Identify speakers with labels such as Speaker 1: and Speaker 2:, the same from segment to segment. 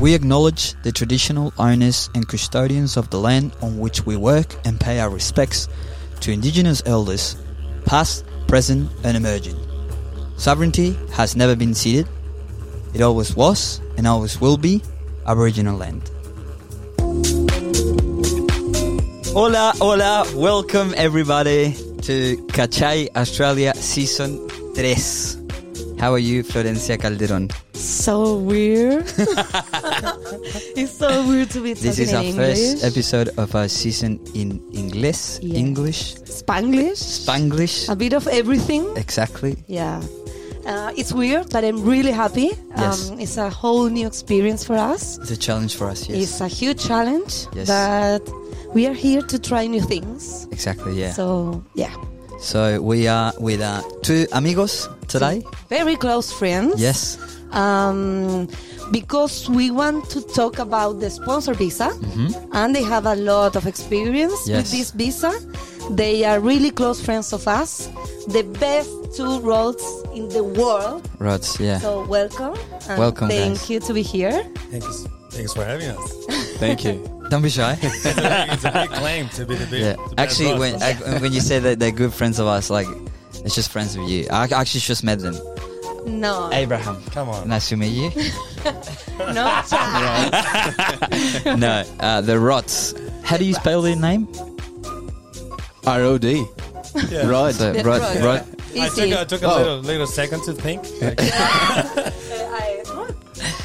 Speaker 1: We acknowledge the traditional owners and custodians of the land on which we work and pay our respects to Indigenous elders, past, present, and emerging. Sovereignty has never been ceded, it always was and always will be Aboriginal land. Hola, hola, welcome everybody to Cachai Australia Season 3. How are you, Florencia Calderon?
Speaker 2: so weird. it's so weird to be talking
Speaker 1: This is
Speaker 2: in
Speaker 1: our
Speaker 2: English.
Speaker 1: first episode of our season in English,
Speaker 2: Yeah.
Speaker 1: English,
Speaker 2: Spanglish.
Speaker 1: Spanglish.
Speaker 2: a bit of everything.
Speaker 1: exactly.
Speaker 2: Yeah. Uh, it's weird, but I'm really happy.
Speaker 1: Yes.
Speaker 2: Um, it's a whole new experience for us.
Speaker 1: It's a challenge for us, yes.
Speaker 2: It's a huge challenge,
Speaker 1: Yes.
Speaker 2: but we are here to try new things.
Speaker 1: exactly, yeah. So,
Speaker 2: So, yeah.
Speaker 1: we are with our two amigos today.
Speaker 2: Very close friends.
Speaker 1: Yes.
Speaker 2: um, because we want to talk about the sponsor visa, and they have a lot of experience
Speaker 1: Mm-hmm. Yes.
Speaker 2: with this visa. They are really close friends of us, the best two roads in the world.
Speaker 1: Rods, yeah.
Speaker 2: So welcome, and
Speaker 1: Welcome,
Speaker 2: Thank
Speaker 1: guys.
Speaker 2: you to be here.
Speaker 3: Thanks, thanks for having us.
Speaker 4: Thank you.
Speaker 1: Don't be shy.
Speaker 3: It's a, it's a big claim to be the big.
Speaker 1: yeah.
Speaker 3: the best
Speaker 1: Actually, when
Speaker 3: boss.
Speaker 1: I, when you say that they're good friends of us, like, it's just friends of you. I actually just met them.
Speaker 2: No,
Speaker 1: Abraham.
Speaker 3: come on,
Speaker 1: Nice to meet you.
Speaker 2: no chance.
Speaker 1: no, uh, the Rods. How do you spell their name?
Speaker 4: R O D.
Speaker 3: Yeah.
Speaker 4: Rod.
Speaker 1: So,
Speaker 2: The
Speaker 1: Rod,
Speaker 2: Rods.
Speaker 1: Rod,
Speaker 3: I took,
Speaker 2: Easy.
Speaker 3: I took a
Speaker 4: Oh.
Speaker 3: little, little second to think.
Speaker 2: Uh, I- what?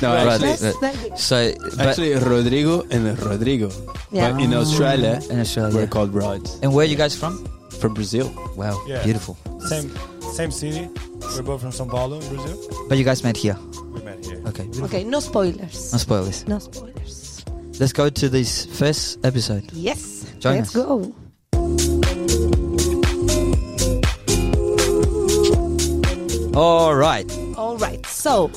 Speaker 4: No,
Speaker 1: Rod,
Speaker 4: actually,
Speaker 2: That's that-
Speaker 1: So, but
Speaker 4: actually Rodrigo and Rodrigo.
Speaker 2: Yeah.
Speaker 4: But in Australia,
Speaker 1: Mm. in Australia.
Speaker 4: we're called Rods.
Speaker 1: And where are you guys from?
Speaker 4: From Brazil.
Speaker 1: Wow,
Speaker 3: Yeah.
Speaker 1: beautiful.
Speaker 3: same, same city. We're both from São Paulo, in Brazil.
Speaker 1: But you guys met here.
Speaker 3: We met here.
Speaker 1: Okay.
Speaker 2: okay, no spoilers.
Speaker 1: No spoilers.
Speaker 2: No spoilers.
Speaker 1: Let's go to this first episode.
Speaker 2: Yes,
Speaker 1: Join
Speaker 2: let's
Speaker 1: us.
Speaker 2: go.
Speaker 1: All right.
Speaker 2: All right. So,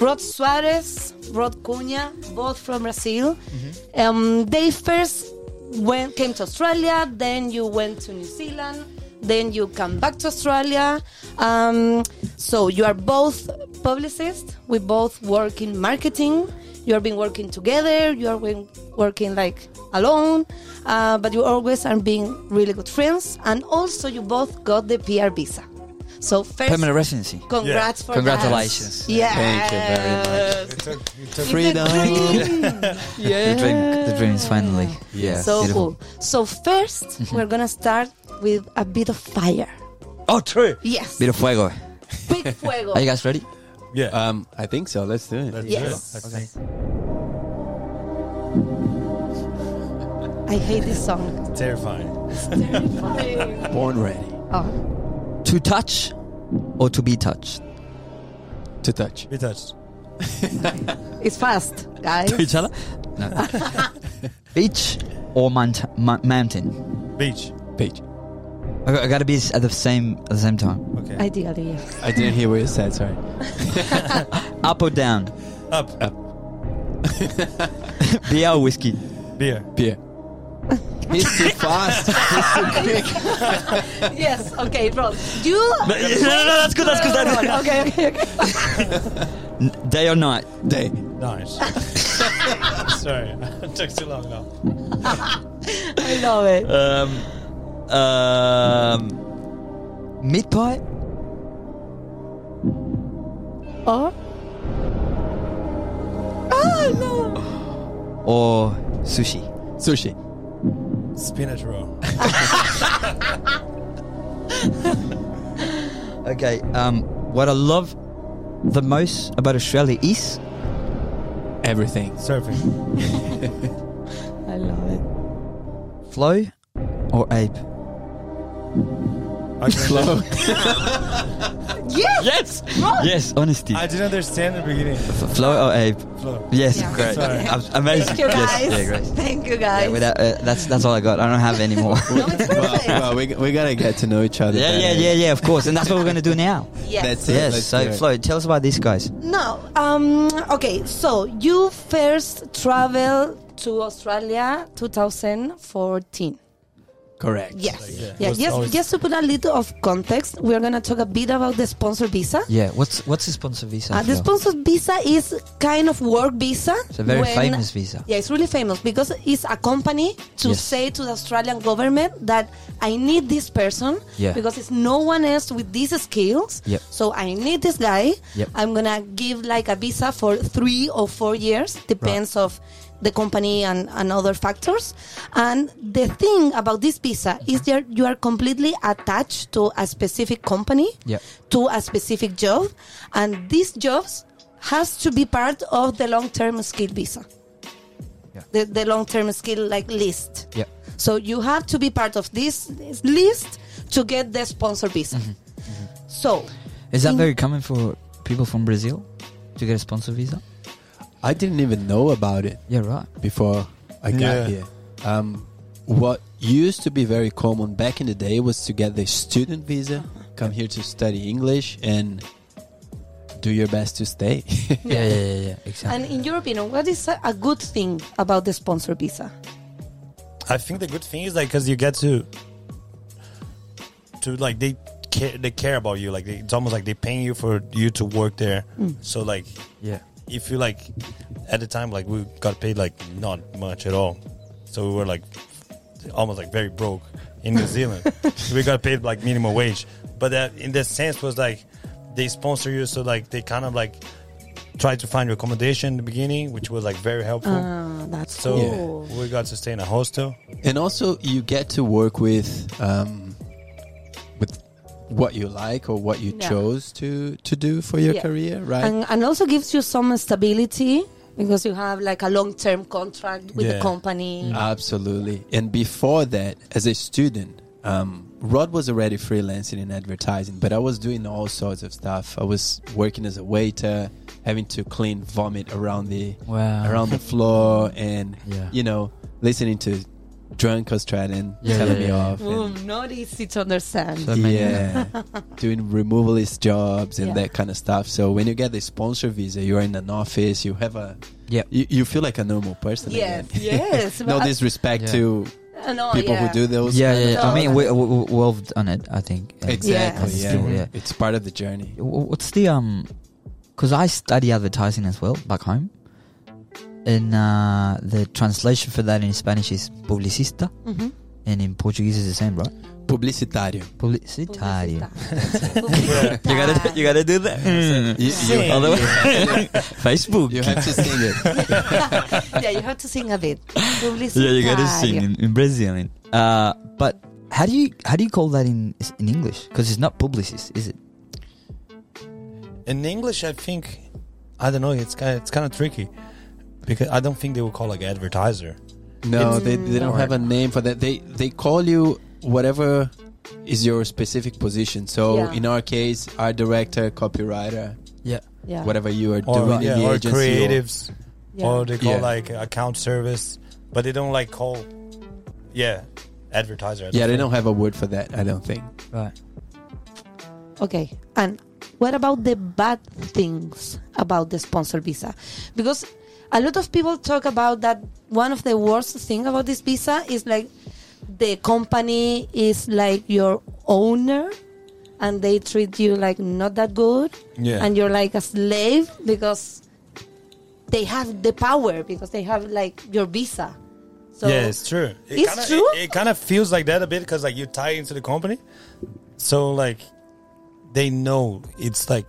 Speaker 2: Rod Suarez, Rod Cunha, both from Brazil. Um, they first went came to Australia. Then you went to New Zealand. Then you come back to Australia. Um, so you are both publicists. We both work in marketing. You have been working together. You are been working like alone, uh, but you always are being really good friends. And also, you both got the PR visa. So first,
Speaker 1: Permanent residency.
Speaker 2: Congrats for
Speaker 1: Congratulations.
Speaker 2: Us. Yes.
Speaker 4: Thank you very
Speaker 3: It took, it took
Speaker 2: It's a dream.
Speaker 1: The dream. The dreams finally. Yeah.
Speaker 2: so
Speaker 1: beautiful. Mm-hmm.
Speaker 2: cool. So 1st we we're gonna start with a bit of fire.
Speaker 3: Oh, true.
Speaker 2: Yes.
Speaker 1: Bit of fuego.
Speaker 2: Big fuego.
Speaker 1: Are you guys ready?
Speaker 3: Yeah.
Speaker 1: Uh,
Speaker 4: Um, I think so. Let's do it.
Speaker 3: That's
Speaker 2: yes.
Speaker 3: it, I think.
Speaker 2: I hate this song.
Speaker 3: Terrifying.
Speaker 4: Born ready
Speaker 2: Oh.
Speaker 1: To touch or to be touched?
Speaker 4: to touch.
Speaker 3: Be touched.
Speaker 2: It's fast, guys.
Speaker 1: Each other? No. Beach or mount- mou- mountain?
Speaker 3: Beach.
Speaker 4: Page.
Speaker 1: I, I gotta be s- at the same at the same time.
Speaker 3: Okay.
Speaker 2: Ideally, yes.
Speaker 4: I didn't hear what you said. Sorry.
Speaker 1: Up or down?
Speaker 3: Up.
Speaker 1: Beer or whiskey?
Speaker 3: Beer.
Speaker 4: Beer. He's too fast. He's too quick.
Speaker 2: yes, okay, Rod. You
Speaker 1: no, no, no, that's good, that's good, that's good.
Speaker 2: Okay, okay, okay.
Speaker 1: N- Day or night?
Speaker 4: Day.
Speaker 3: Nice. Sorry, it took too long now.
Speaker 2: I love it.
Speaker 1: Um, um, meat pie Uh.
Speaker 2: Or Oh no.
Speaker 1: or sushi?
Speaker 4: Sushi.
Speaker 3: Spinach roll.
Speaker 1: Okay. Um, what I love the most about Australia is
Speaker 4: Everything.
Speaker 3: Surfing.
Speaker 2: I love it.
Speaker 1: flow or ape.
Speaker 3: I couldn't-
Speaker 4: Flow.
Speaker 2: Yes!
Speaker 1: Yes. Yes. Honesty.
Speaker 3: I didn't understand the beginning.
Speaker 1: F- flow or ape.
Speaker 3: Flow.
Speaker 1: Yes.
Speaker 2: Yeah.
Speaker 1: Great.
Speaker 3: Sorry.
Speaker 1: Ab- Amazing.
Speaker 2: Thank you
Speaker 1: yes.
Speaker 2: guys.
Speaker 1: Yeah. Great.
Speaker 2: Thank you guys.
Speaker 1: Yeah, without, uh, that's that's all I got. I don't have any more.
Speaker 2: No, it's
Speaker 4: well,
Speaker 2: perfect.
Speaker 4: well, we, we gotta get to know each other.
Speaker 1: yeah, yeah,
Speaker 4: better.
Speaker 1: yeah, yeah. Of course, and that's what we're gonna do now.
Speaker 2: Yes.
Speaker 4: That's it.
Speaker 1: Yes.
Speaker 4: Let's do
Speaker 1: So,
Speaker 4: it.
Speaker 1: flow. Tell us about these guys.
Speaker 2: No. Um, okay. So you first traveled to Australia 2014.
Speaker 4: Correct.
Speaker 2: Yes.
Speaker 3: yeah,
Speaker 2: yeah.
Speaker 3: it was
Speaker 2: Just,
Speaker 3: always-
Speaker 2: just to put a little of context, we're going to talk a bit about the sponsor visa.
Speaker 5: Yeah, what's what's the sponsor visa?
Speaker 2: Uh, the
Speaker 5: for?
Speaker 2: sponsor visa is kind of work visa.
Speaker 5: it's a very
Speaker 2: when-
Speaker 5: famous visa.
Speaker 2: Yeah, it's really famous because it's a company to
Speaker 5: Yes.
Speaker 2: say to the Australian government that I need this person
Speaker 5: Yeah.
Speaker 2: because it's no one else with these skills.
Speaker 5: Yep.
Speaker 2: So I need this guy.
Speaker 5: Yep.
Speaker 2: I'm gonna give like a visa for three or four years, depends of the company and, and other factors. And the thing about this visa is that you are completely attached to a specific company,
Speaker 5: Yep.
Speaker 2: to a specific job, and these jobs has to be part of the long-term skill visa the, the long term skill like list.
Speaker 5: Yep.
Speaker 2: So you have to be part of this, this list to get the sponsor visa. So
Speaker 5: Is that
Speaker 2: in-
Speaker 5: very common for people from Brazil to get a sponsor visa?
Speaker 4: I didn't even know about it
Speaker 5: Yeah, right.
Speaker 4: before I got
Speaker 3: Yeah.
Speaker 4: here. Um, what used to be very common back in the day was to get the student visa, come here to study English, and do your best to stay.
Speaker 5: Yeah, yeah, yeah, yeah. Exactly.
Speaker 2: and in your opinion, what is a, a good thing about the sponsor visa?
Speaker 3: I think the good thing is like because you get to to like they care they care about you like they, it's almost like they paying you for you to work there. So like
Speaker 5: yeah.
Speaker 3: if you like at the time like we got paid like not much at all, so we were like almost like very broke in New Zealand. we got paid like minimum wage, but that in that sense was like they sponsor you, so like they kind of like try to find your accommodation in the beginning, which was like very helpful.
Speaker 2: Ah, that's
Speaker 3: so
Speaker 2: cool.
Speaker 3: we got to stay in a hostel.
Speaker 4: and also, you get to work with um, with what you like or what you
Speaker 2: Yeah.
Speaker 4: chose to to do for your
Speaker 2: Yeah.
Speaker 4: career, right?
Speaker 2: And, and also gives you some stability because you have like a long term contract with the
Speaker 3: Yeah.
Speaker 2: company.
Speaker 5: Mm-hmm.
Speaker 4: Absolutely. And before that, as a student, um, Rod was already freelancing in advertising, but I was doing all sorts of stuff. I was working as a waiter, having to clean vomit around the
Speaker 5: Wow.
Speaker 4: around the floor, and
Speaker 5: Yeah.
Speaker 4: you know, listening to drunk Australian
Speaker 5: Yeah, yeah,
Speaker 4: telling me
Speaker 5: yeah.
Speaker 4: off.
Speaker 3: Mm-hmm.
Speaker 2: Oh,
Speaker 4: and-
Speaker 2: not easy to understand.
Speaker 5: So many-
Speaker 4: yeah, doing removalist jobs and
Speaker 2: Yeah.
Speaker 4: that kind of stuff. So when you get the sponsor visa, you're in an office, you have a,
Speaker 5: Yeah.
Speaker 4: you, you feel like a normal person.
Speaker 2: Yes,
Speaker 4: again.
Speaker 2: yes,
Speaker 4: no
Speaker 2: but-
Speaker 4: disrespect
Speaker 5: Yeah.
Speaker 4: to
Speaker 2: Uh, no,
Speaker 4: people
Speaker 2: yeah.
Speaker 4: who do those.
Speaker 5: Yeah, yeah.
Speaker 4: kind of
Speaker 5: yeah. I
Speaker 4: jobs.
Speaker 5: mean, we, we, we- we've done it. I think. and-
Speaker 4: exactly.
Speaker 5: Yeah.
Speaker 4: Yeah.
Speaker 5: Still, yeah.
Speaker 4: it's part of the journey.
Speaker 5: Wh- What's the um? Because I study advertising as well back home, and uh, the translation for that in Spanish is publicista,
Speaker 2: Mhm.
Speaker 5: and in Portuguese is the same, right?
Speaker 4: Publicitário.
Speaker 5: Publicitário.
Speaker 2: Publicitario.
Speaker 5: You gotta, you gotta do that.
Speaker 4: You, you,
Speaker 3: Yeah.
Speaker 5: Otherwise, Facebook.
Speaker 4: you have to sing it.
Speaker 2: yeah, you have to sing a bit.
Speaker 5: yeah, you gotta sing
Speaker 2: Publicitario.
Speaker 5: in, in Brazilian. Uh, but how do you how do you call that in in English? Because it's not publicist, is it?
Speaker 3: In English, I think I don't know. It's kind of, it's kind of tricky because I don't think they would call like advertiser.
Speaker 4: No,
Speaker 2: It's-
Speaker 4: they, they don't have a name for that. They they call you whatever is your specific position. So
Speaker 2: Yeah.
Speaker 4: in our case, our director, copywriter,
Speaker 5: Yeah.
Speaker 2: Yeah.
Speaker 4: whatever you are
Speaker 3: Or,
Speaker 4: doing
Speaker 3: yeah,
Speaker 4: in the
Speaker 3: or
Speaker 4: agency. or-
Speaker 3: creatives,
Speaker 2: Yeah.
Speaker 3: or they call
Speaker 4: Yeah.
Speaker 3: like account service, but they don't like call yeah advertiser. I
Speaker 4: yeah, they
Speaker 3: think.
Speaker 4: don't have a word for that. I don't think.
Speaker 5: Right.
Speaker 2: Okay. And what about the bad things about the sponsor visa? Because a lot of people talk about that one of the worst thing about this visa is like the company is like your owner and they treat you like not that good
Speaker 3: Yeah.
Speaker 2: and you're like a slave because they have the power because they have like your visa. So
Speaker 3: yeah, it's true. It
Speaker 2: It's
Speaker 3: kinda,
Speaker 2: true?
Speaker 3: It, it kind of feels like that a bit because like you tie into the company, so like they know it's like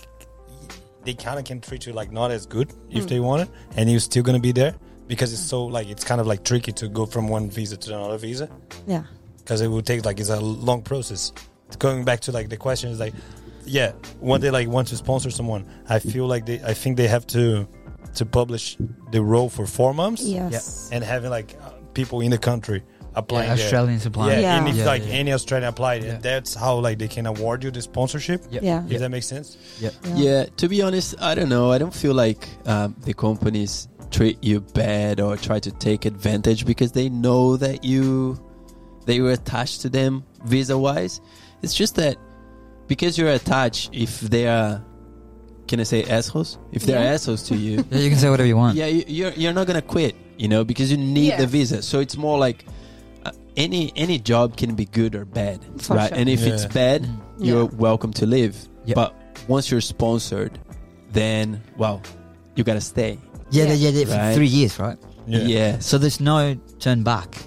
Speaker 3: they kind of can treat you like not as good
Speaker 2: Hmm.
Speaker 3: if they want it, and you're still gonna be there because it's so like it's kind of like tricky to go from one visa to another visa.
Speaker 2: yeah.
Speaker 3: because it will take like it's a long process. Going back to like the question is like, yeah, when they like want to sponsor someone, I feel like they, I think they have to to publish the role for four months,
Speaker 2: Yes.
Speaker 3: and having like uh, people in the country applying,
Speaker 5: Yeah,
Speaker 3: there.
Speaker 5: Australians applying.
Speaker 3: yeah,
Speaker 2: Yeah.
Speaker 3: and if
Speaker 5: Yeah,
Speaker 3: like
Speaker 5: yeah, yeah.
Speaker 3: any Australian applied,
Speaker 5: Yeah.
Speaker 3: that's how like they can award you the sponsorship.
Speaker 5: Yeah.
Speaker 2: Yeah.
Speaker 3: If that makes sense,
Speaker 4: Yeah. to be honest, I don't know. I don't feel like um, the companies treat you bad or try to take advantage because they know that you they were attached to them visa wise. It's just that because you're attached, if they are, can I say assholes? If they're
Speaker 2: Yeah.
Speaker 4: assholes to you,
Speaker 5: Yeah, you can say whatever you want.
Speaker 4: yeah, you, you're you're not gonna quit, you know, because you need
Speaker 2: Yeah.
Speaker 4: the visa. So it's more like. uh, any any job can be good or bad,
Speaker 2: For
Speaker 4: right?
Speaker 2: sure. Mm.
Speaker 4: And if it's
Speaker 3: Yeah.
Speaker 4: bad, you're
Speaker 2: Yeah.
Speaker 4: welcome to leave.
Speaker 5: Yep.
Speaker 4: But once you're sponsored, then well, you gotta stay.
Speaker 5: Yeah, yeah, yeah,
Speaker 2: Yeah.
Speaker 5: yeah, for
Speaker 4: Right.
Speaker 5: three years, right?
Speaker 3: Yeah.
Speaker 5: So there's no turn back,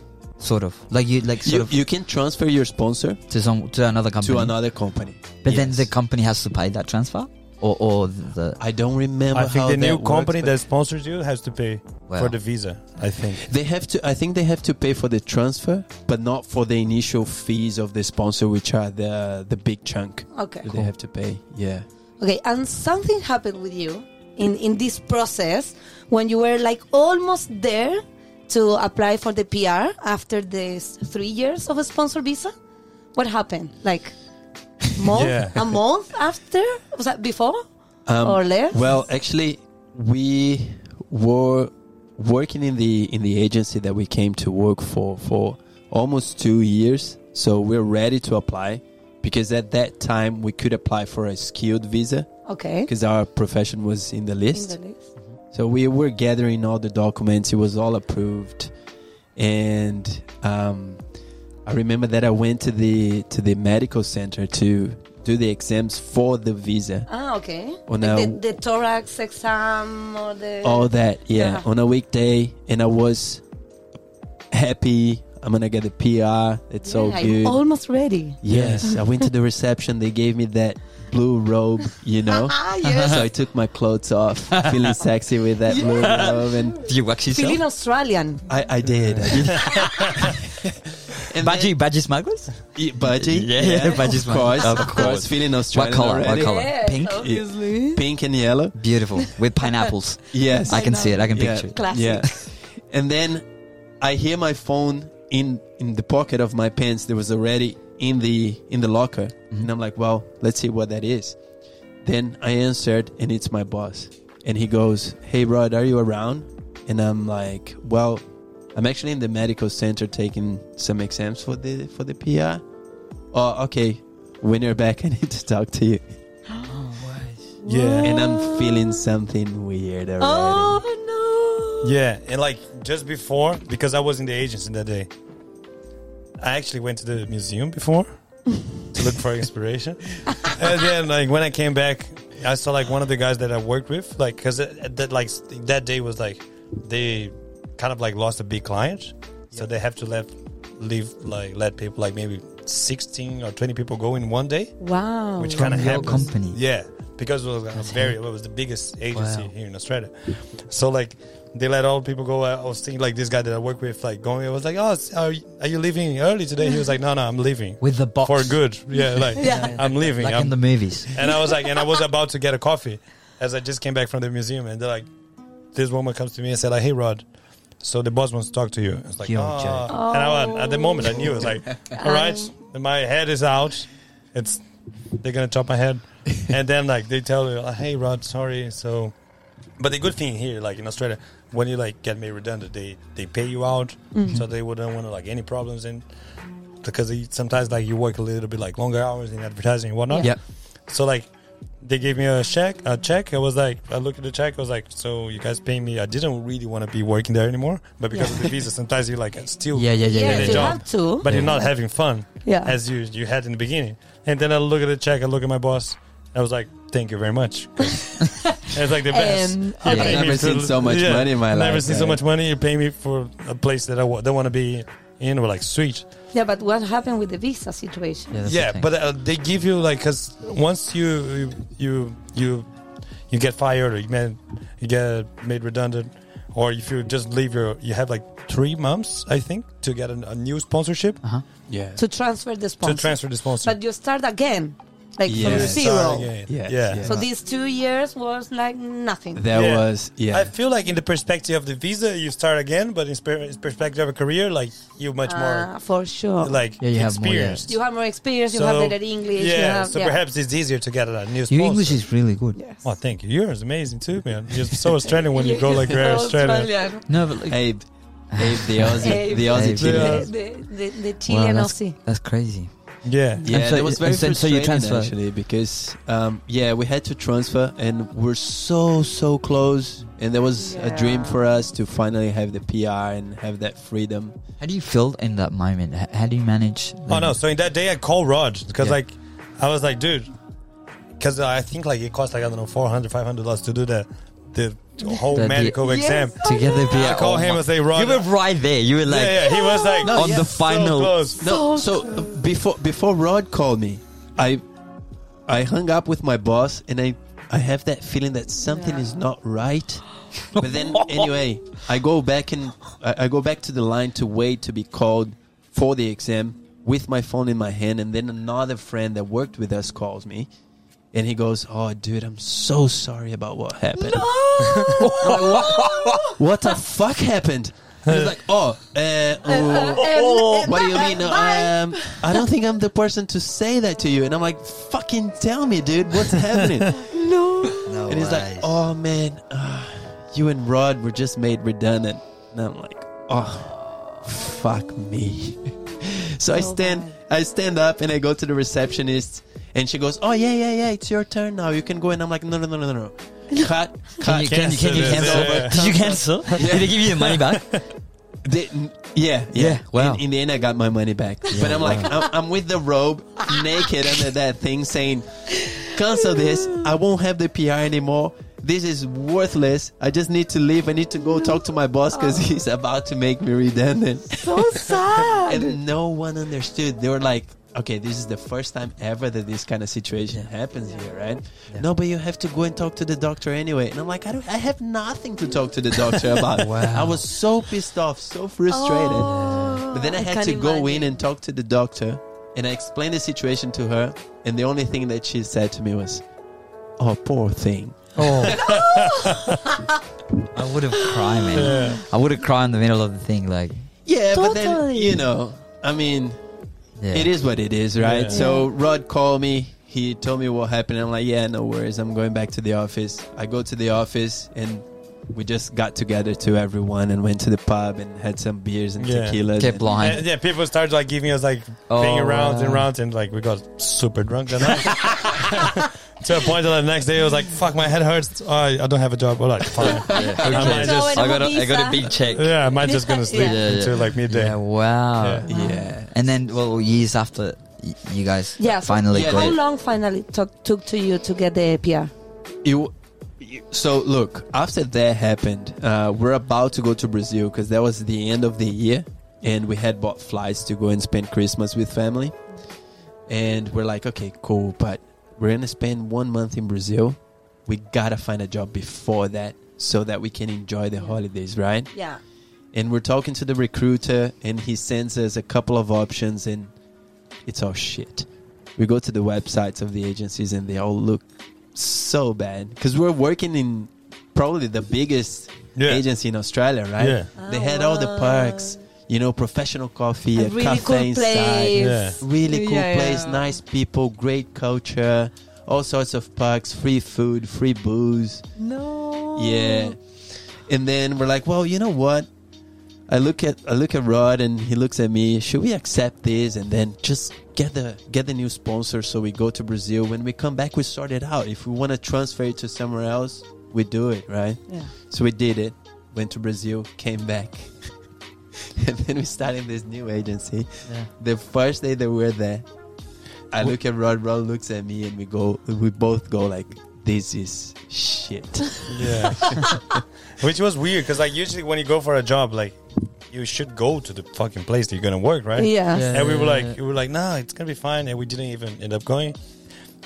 Speaker 5: sort of. Like you, like sort
Speaker 4: You,
Speaker 5: of
Speaker 4: you can transfer your sponsor
Speaker 5: to some to another company.
Speaker 4: to another company.
Speaker 5: but then
Speaker 4: Yes.
Speaker 5: the company has to pay that transfer, or or the
Speaker 4: I don't remember.
Speaker 3: I think
Speaker 4: how
Speaker 3: the new
Speaker 4: that works,
Speaker 3: company
Speaker 4: but
Speaker 3: that sponsors you has to pay
Speaker 5: well,
Speaker 3: for the visa. I think.
Speaker 4: they have to. I think they have to pay for the transfer, but not for the initial fees of the sponsor, which are the the big chunk
Speaker 2: Okay.
Speaker 4: that they have to pay. Yeah.
Speaker 2: Okay, and something happened with you in, in this process when you were like almost there to apply for the PR after this three years of a sponsor visa. What happened? Like month,
Speaker 3: Yeah.
Speaker 2: a month after? Was that before
Speaker 4: Um,
Speaker 2: or less?
Speaker 4: Well, actually, we were working in the in the agency that we came to work for for almost two years. So we're ready to apply because at that time we could apply for a skilled visa
Speaker 2: okay.
Speaker 4: because our profession was in the
Speaker 2: In
Speaker 4: list.
Speaker 2: the list.
Speaker 4: So we were gathering all the documents. It was all approved, and um, I remember that I went to the to the medical center to do the exams for the visa.
Speaker 2: Ah, okay.
Speaker 4: Well,
Speaker 2: Like
Speaker 4: now-
Speaker 2: the, the thorax exam or the.
Speaker 4: All that, yeah,
Speaker 2: Yeah.
Speaker 4: on a weekday, and I was happy. I'm gonna get a PR. It's all
Speaker 2: Yeah,
Speaker 4: good.
Speaker 2: I'm almost ready.
Speaker 4: yes, I went to the reception. They gave me that blue robe, you know.
Speaker 2: Ah, yes.
Speaker 4: So I took my clothes off, feeling sexy with that blue robe, and
Speaker 5: Do you wax yourself?
Speaker 2: Feeling Australian.
Speaker 4: I, I did. I did. and
Speaker 5: Budgie, budgie smugglers.
Speaker 4: then, budgie,
Speaker 5: Yeah, budgie
Speaker 4: of course,
Speaker 5: smuggle.
Speaker 4: of
Speaker 5: Of
Speaker 4: course,
Speaker 5: course.
Speaker 4: feeling
Speaker 5: What
Speaker 4: Australian.
Speaker 5: color? What
Speaker 4: already.
Speaker 5: color?
Speaker 2: Yes,
Speaker 5: Pink.
Speaker 2: Obviously.
Speaker 4: Pink and yellow.
Speaker 5: Beautiful with pineapples.
Speaker 4: Yes,
Speaker 5: I can see it. I can
Speaker 4: Yeah.
Speaker 5: picture it.
Speaker 2: Classic.
Speaker 4: Yeah, and then I hear my phone in in the pocket of my pants. That was already in the in the locker, and I'm like, "Well, let's see what that is." Then I answered, and it's my boss, and he goes, "Hey, Rod, are you around?" And I'm like, "Well, I'm actually in the medical center taking some exams for the for the PR." Oh, okay. When you're back, I need to talk to you.
Speaker 3: Yeah.
Speaker 4: And I'm feeling something weird already.
Speaker 2: Oh, no.
Speaker 3: Yeah, and like just before, because I was in the agency that day, I actually went to the museum before to look for inspiration. and then, like when I came back, I saw like one of the guys that I worked with, like because that like s- that day was like they kind of like lost a big client, so they have to let leave like let people like maybe sixteen or twenty people go in one day,
Speaker 2: Wow.
Speaker 3: which
Speaker 5: Oh, From
Speaker 3: kind of
Speaker 5: your
Speaker 3: happens.
Speaker 5: company.
Speaker 3: Yeah, because it was a very it was the biggest agency
Speaker 5: Wow.
Speaker 3: here in Australia. So like they let all people go. I I was thinking like this guy that I work with like going. I was like, oh, s- are you, are you leaving early today? He was like, no, no, I'm leaving
Speaker 5: With the box.
Speaker 3: for good. Yeah, like
Speaker 2: Yeah.
Speaker 3: I'm leaving.
Speaker 5: Like
Speaker 3: I'm-
Speaker 5: in the movies.
Speaker 3: and I was like, and I was about to get a coffee as I just came back from the museum, and they're like, this woman comes to me and said like, hey Rod. So the boss wants to talk to you. It's like,
Speaker 5: Yo,
Speaker 3: "Ah."
Speaker 5: Jay.
Speaker 3: and I was, at the moment I knew it was like, all right, my head is out. It's they're gonna chop my head, and then like they tell you, like, hey Rod, sorry. So, but the good thing here, like in Australia, when you like get made redundant, they they pay you out, so they wouldn't want to like any problems and because they- sometimes like you work a little bit like longer hours in advertising and whatnot.
Speaker 5: Yeah.
Speaker 3: So like they gave me a check, a check. I was like, I looked at the check. I was like, so you guys pay me. I didn't really want to be working there anymore, but because of the visa, sometimes you like still,
Speaker 5: Yeah, yeah, yeah, yeah.
Speaker 2: Yes,
Speaker 3: the
Speaker 5: yeah.
Speaker 2: you
Speaker 3: job.
Speaker 2: have to.
Speaker 3: but you're not having fun
Speaker 2: Yeah.
Speaker 3: as you you had in the beginning. And then I look at the check. I look at my boss. I was like, thank you very much. it's like the best.
Speaker 2: Um,
Speaker 3: You
Speaker 4: I've
Speaker 3: pay me
Speaker 4: never
Speaker 3: to-
Speaker 4: seen so much
Speaker 3: yeah,
Speaker 4: money in my life.
Speaker 3: Never seen so
Speaker 4: right?
Speaker 3: much money. You pay me for a place that I w- don't want to be in. We're like, sweet.
Speaker 2: Yeah, but what happened with the visa situation?
Speaker 5: that's the
Speaker 3: yeah
Speaker 5: thing.
Speaker 3: but uh, they give you like because once you you you you get fired or you, man, you get made redundant or if you just leave your you have like three months i think to get an, a new sponsorship
Speaker 5: Uh-huh.
Speaker 4: Yeah.
Speaker 2: To transfer the
Speaker 3: to
Speaker 2: sponsor.
Speaker 3: transfer the sponsor
Speaker 2: but you start again, like
Speaker 4: Yeah.
Speaker 2: from
Speaker 3: Sorry,
Speaker 2: zero.
Speaker 3: yeah,
Speaker 4: Yes,
Speaker 3: yeah.
Speaker 4: yes.
Speaker 2: So these two years was like nothing.
Speaker 4: That
Speaker 3: Yeah.
Speaker 4: was yeah.
Speaker 3: I feel like in the perspective of the visa, you start again, but in spe- perspective of a career, like you're much
Speaker 2: Ah, for sure.
Speaker 3: more like
Speaker 5: Yeah, you have more, yeah.
Speaker 3: experienced.
Speaker 2: you have more experience. You
Speaker 3: So,
Speaker 2: have better English.
Speaker 3: Yeah,
Speaker 2: you have,
Speaker 3: so
Speaker 2: yeah.
Speaker 3: perhaps it's easier to get a new sponsor.
Speaker 5: Your English is really good.
Speaker 2: Yes.
Speaker 3: Oh, thank you. You're amazing too, man. You're so Australian when you go like
Speaker 2: You're
Speaker 3: you're Australian.
Speaker 2: Australian.
Speaker 5: No, but like,
Speaker 4: Abe. Abe the Aussie.
Speaker 2: Abe.
Speaker 4: The Aussie
Speaker 5: Abe.
Speaker 4: Chile.
Speaker 2: The, the, the, the Chilean
Speaker 5: that's,
Speaker 2: Aussie.
Speaker 5: that's crazy.
Speaker 3: Yeah.
Speaker 4: Yeah,
Speaker 5: And so-
Speaker 4: that was very
Speaker 5: and then- so you
Speaker 4: frustrating
Speaker 5: transfer.
Speaker 4: actually because um, yeah, we had to transfer and we're so so close, and there was a dream
Speaker 2: Yeah.
Speaker 4: for us to finally have the PR and have that freedom.
Speaker 1: How do you feel in that moment? H- How do you manage?
Speaker 3: Oh
Speaker 1: the-
Speaker 3: no! So in that day, I called Rod because
Speaker 1: Yeah.
Speaker 3: like I was like, dude, because I think like it cost like I don't know 400 500 dollars to do the the whole
Speaker 1: The- the-
Speaker 3: medical
Speaker 2: Yes.
Speaker 3: exam.
Speaker 1: Together, be
Speaker 3: I
Speaker 1: oh
Speaker 3: called him
Speaker 1: my-
Speaker 3: and say, Rod,
Speaker 1: You were right there. You were like,
Speaker 3: yeah, yeah. He was like
Speaker 4: No,
Speaker 1: On
Speaker 4: yeah,
Speaker 1: the
Speaker 4: so
Speaker 1: final,
Speaker 3: so close.
Speaker 2: So
Speaker 4: No, so uh, before before Rod called me, I I hung up with my boss and I I have that feeling that something
Speaker 2: Yeah.
Speaker 4: is not right. But then anyway, I go back and I, I go back to the line to wait to be called for the exam with my phone in my hand and then another friend that worked with us calls me and he goes, "Oh dude, I'm so sorry about what happened." I'm like, what? what the fuck happened? And He's like, "Oh, uh, oh, what do you mean?
Speaker 3: Uh,
Speaker 4: Um, I don't think I'm the person to say that to you. And I'm like, fucking tell me, dude, what's happening?
Speaker 2: Oh,
Speaker 1: no
Speaker 4: and he's like,
Speaker 1: way.
Speaker 4: oh man, uh, you and Rod were just made redundant. And I'm like, oh, fuck me. so I
Speaker 2: No
Speaker 4: stand,
Speaker 2: way.
Speaker 4: I stand up and I go to the receptionist, and she goes, oh yeah, yeah, yeah, it's your turn now. You can go. And I'm like, no, no, no, no, no, no. Cut,
Speaker 1: Can
Speaker 4: cut.
Speaker 1: you, can you, can you cancel?
Speaker 3: Cancel it, yeah.
Speaker 1: Did you cancel? Did they give you the money back?
Speaker 4: They- n- yeah, yeah.
Speaker 1: Yeah, wow.
Speaker 4: In, in the end, I got my money back. but I'm like, I'm, I'm with the robe, naked under that thing, saying, "Cancel this. I won't have the PR anymore. This is worthless. I just need to leave. I need to go talk to my boss because he's about to make me redundant."
Speaker 2: so sad.
Speaker 4: And no one understood. They were like. Okay, this is the first time ever that this kind of situation happens here, right? No, but you have to go and talk to the doctor anyway. And I'm like, I don't, I have nothing to talk to the doctor about.
Speaker 1: Wow.
Speaker 4: I was so pissed off, so frustrated.
Speaker 2: Oh,
Speaker 4: But then I had
Speaker 2: can't
Speaker 4: to go in
Speaker 2: imagine.
Speaker 4: and talk to the doctor, and I explained the situation to her, and the only thing that she said to me was, "Oh, poor thing."
Speaker 1: Oh, I would have cried, man. I would have cried in the middle of the thing, like
Speaker 4: Yeah, but then
Speaker 2: Totally.
Speaker 4: you know, I mean,
Speaker 1: yeah.
Speaker 4: it is what it is, right?
Speaker 3: Yeah.
Speaker 4: So Rod called me. He told me what happened. I'm like, yeah, no worries. I'm going back to the office. I go to the office, and we just got together to everyone and went to the pub and had some beers and
Speaker 3: Yeah.
Speaker 4: tequilas.
Speaker 1: Get
Speaker 4: and-
Speaker 1: blind.
Speaker 3: And, yeah, people started like giving us like
Speaker 1: Oh,
Speaker 3: thing rounds and
Speaker 1: wow.
Speaker 3: rounds, and like we got super drunk that night. to a point that the next day, I was like, "Fuck, my head hurts. Oh, I I don't have a job." We're like, "Fine."
Speaker 1: Yeah, okay.
Speaker 3: I might just,
Speaker 1: I got a, I got a big check.
Speaker 3: yeah, I might just gonna sleep
Speaker 2: Yeah.
Speaker 1: Yeah, yeah.
Speaker 3: until like midday.
Speaker 1: Yeah, wow.
Speaker 3: Yeah.
Speaker 4: Yeah.
Speaker 1: And then, well, years after, y- you guys
Speaker 2: Yeah, Oh, so-
Speaker 1: finally
Speaker 4: Yeah.
Speaker 1: got
Speaker 2: How
Speaker 1: it.
Speaker 2: long finally took took to you to get the PR?
Speaker 4: You, you- so look after that happened uh, we're about to go to brazil because that was the end of the year and we had bought flights to go and spend christmas with family and we're like okay cool but we're gonna spend one month in brazil we gotta find a job before that so that we can enjoy the holidays right
Speaker 2: Yeah.
Speaker 4: and we're talking to the recruiter and he sends us a couple of options and it's all shit we go to the websites of the agencies and they all look so bad because we're working in probably the biggest
Speaker 3: Yeah.
Speaker 4: agency in australia right
Speaker 3: Yeah.
Speaker 4: they
Speaker 2: Oh,
Speaker 4: had all the
Speaker 2: wow.
Speaker 4: perks you know professional coffee a,
Speaker 2: Oh. a really
Speaker 4: cafe
Speaker 2: cool
Speaker 4: inside
Speaker 2: place.
Speaker 3: Yeah.
Speaker 4: really cool
Speaker 2: Yeah,
Speaker 4: place
Speaker 2: yeah.
Speaker 4: nice people great culture all sorts of perks free food free booze
Speaker 2: No.
Speaker 4: yeah. And then we're like, well, you know what? I look at I look at Rod and he looks at me. Should we accept this and then just get the get the new sponsor so we go to Brazil? When we come back, we sort it out. If we want to transfer it to somewhere else, we do it, right?
Speaker 2: Yeah.
Speaker 4: So we did it. Went to Brazil, came back, and then we started this new agency.
Speaker 1: Yeah.
Speaker 4: The first day that we were there, I look at Rod. Rod looks at me, and we go. We both go like, "This is shit."
Speaker 3: Yeah. Which was weird because, like, usually when you go for a job, like, you should go to the fucking place that you're gonna work, right?
Speaker 2: Yeah.
Speaker 1: Yeah.
Speaker 3: And we were like, we were like, nah, it's gonna be fine, and we didn't even end up going.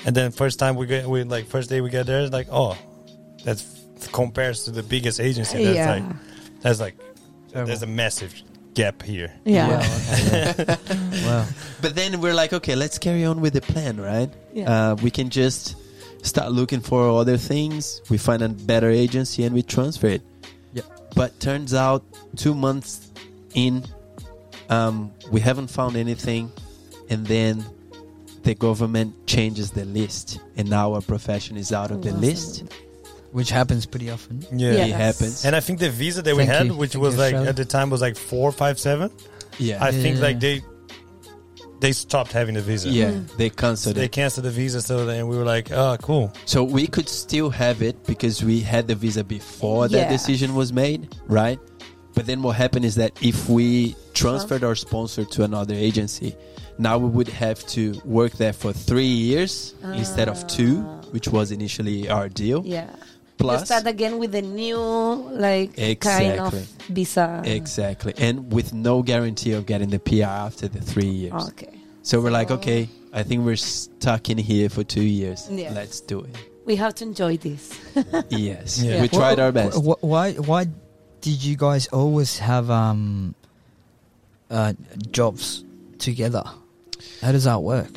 Speaker 3: And then first time we get, we like first day we get there, it's like, oh, that's compares to the biggest agency. That's
Speaker 2: Yeah.
Speaker 3: like, that's like, there's a massive gap here.
Speaker 2: Yeah.
Speaker 1: Wow.
Speaker 4: But then we're like, okay, let's carry on with the plan, right?
Speaker 2: Yeah.
Speaker 4: Uh, we can just start looking for other things. We find a better agency and we transfer it.
Speaker 1: Yep.
Speaker 4: But turns out, two months in, um, we haven't found anything, and then the government changes the list, and now our profession is out of the list.
Speaker 1: Which happens pretty often.
Speaker 3: Yeah.
Speaker 4: It happens.
Speaker 3: And I think the visa that we
Speaker 1: Thank
Speaker 3: had,
Speaker 1: you.
Speaker 3: which
Speaker 1: Thank
Speaker 3: was
Speaker 1: you,
Speaker 3: like
Speaker 1: Shell.
Speaker 3: at the time was like four, five, seven.
Speaker 4: Yeah.
Speaker 3: I think
Speaker 1: Yeah.
Speaker 3: like they they stopped having the visa.
Speaker 4: Yeah, they canceled
Speaker 3: They
Speaker 4: it.
Speaker 3: canceled the visa, so then we were like, "Oh, cool."
Speaker 4: So we could still have it because we had the visa before
Speaker 2: Yeah.
Speaker 4: that decision was made, right? But then what happened is that if we transferred our sponsor to another agency, now we would have to work there for three years instead of two, which was initially our deal.
Speaker 2: Ah. Yeah.
Speaker 4: Plus,
Speaker 2: You start again with the new like kind of
Speaker 4: Exactly.
Speaker 2: visa.
Speaker 4: exactly, and with no guarantee of getting the PR after the three years.
Speaker 2: Okay.
Speaker 4: So we're like,
Speaker 2: So-
Speaker 4: okay, I think we're stuck in here for two years.
Speaker 2: Yeah.
Speaker 4: Let's do it.
Speaker 2: We have to enjoy this.
Speaker 4: Yes,
Speaker 3: Yeah.
Speaker 4: we
Speaker 1: Wha-
Speaker 4: tried our best.
Speaker 1: wha- why? Why did you guys always have um, uh, jobs together? How does that work?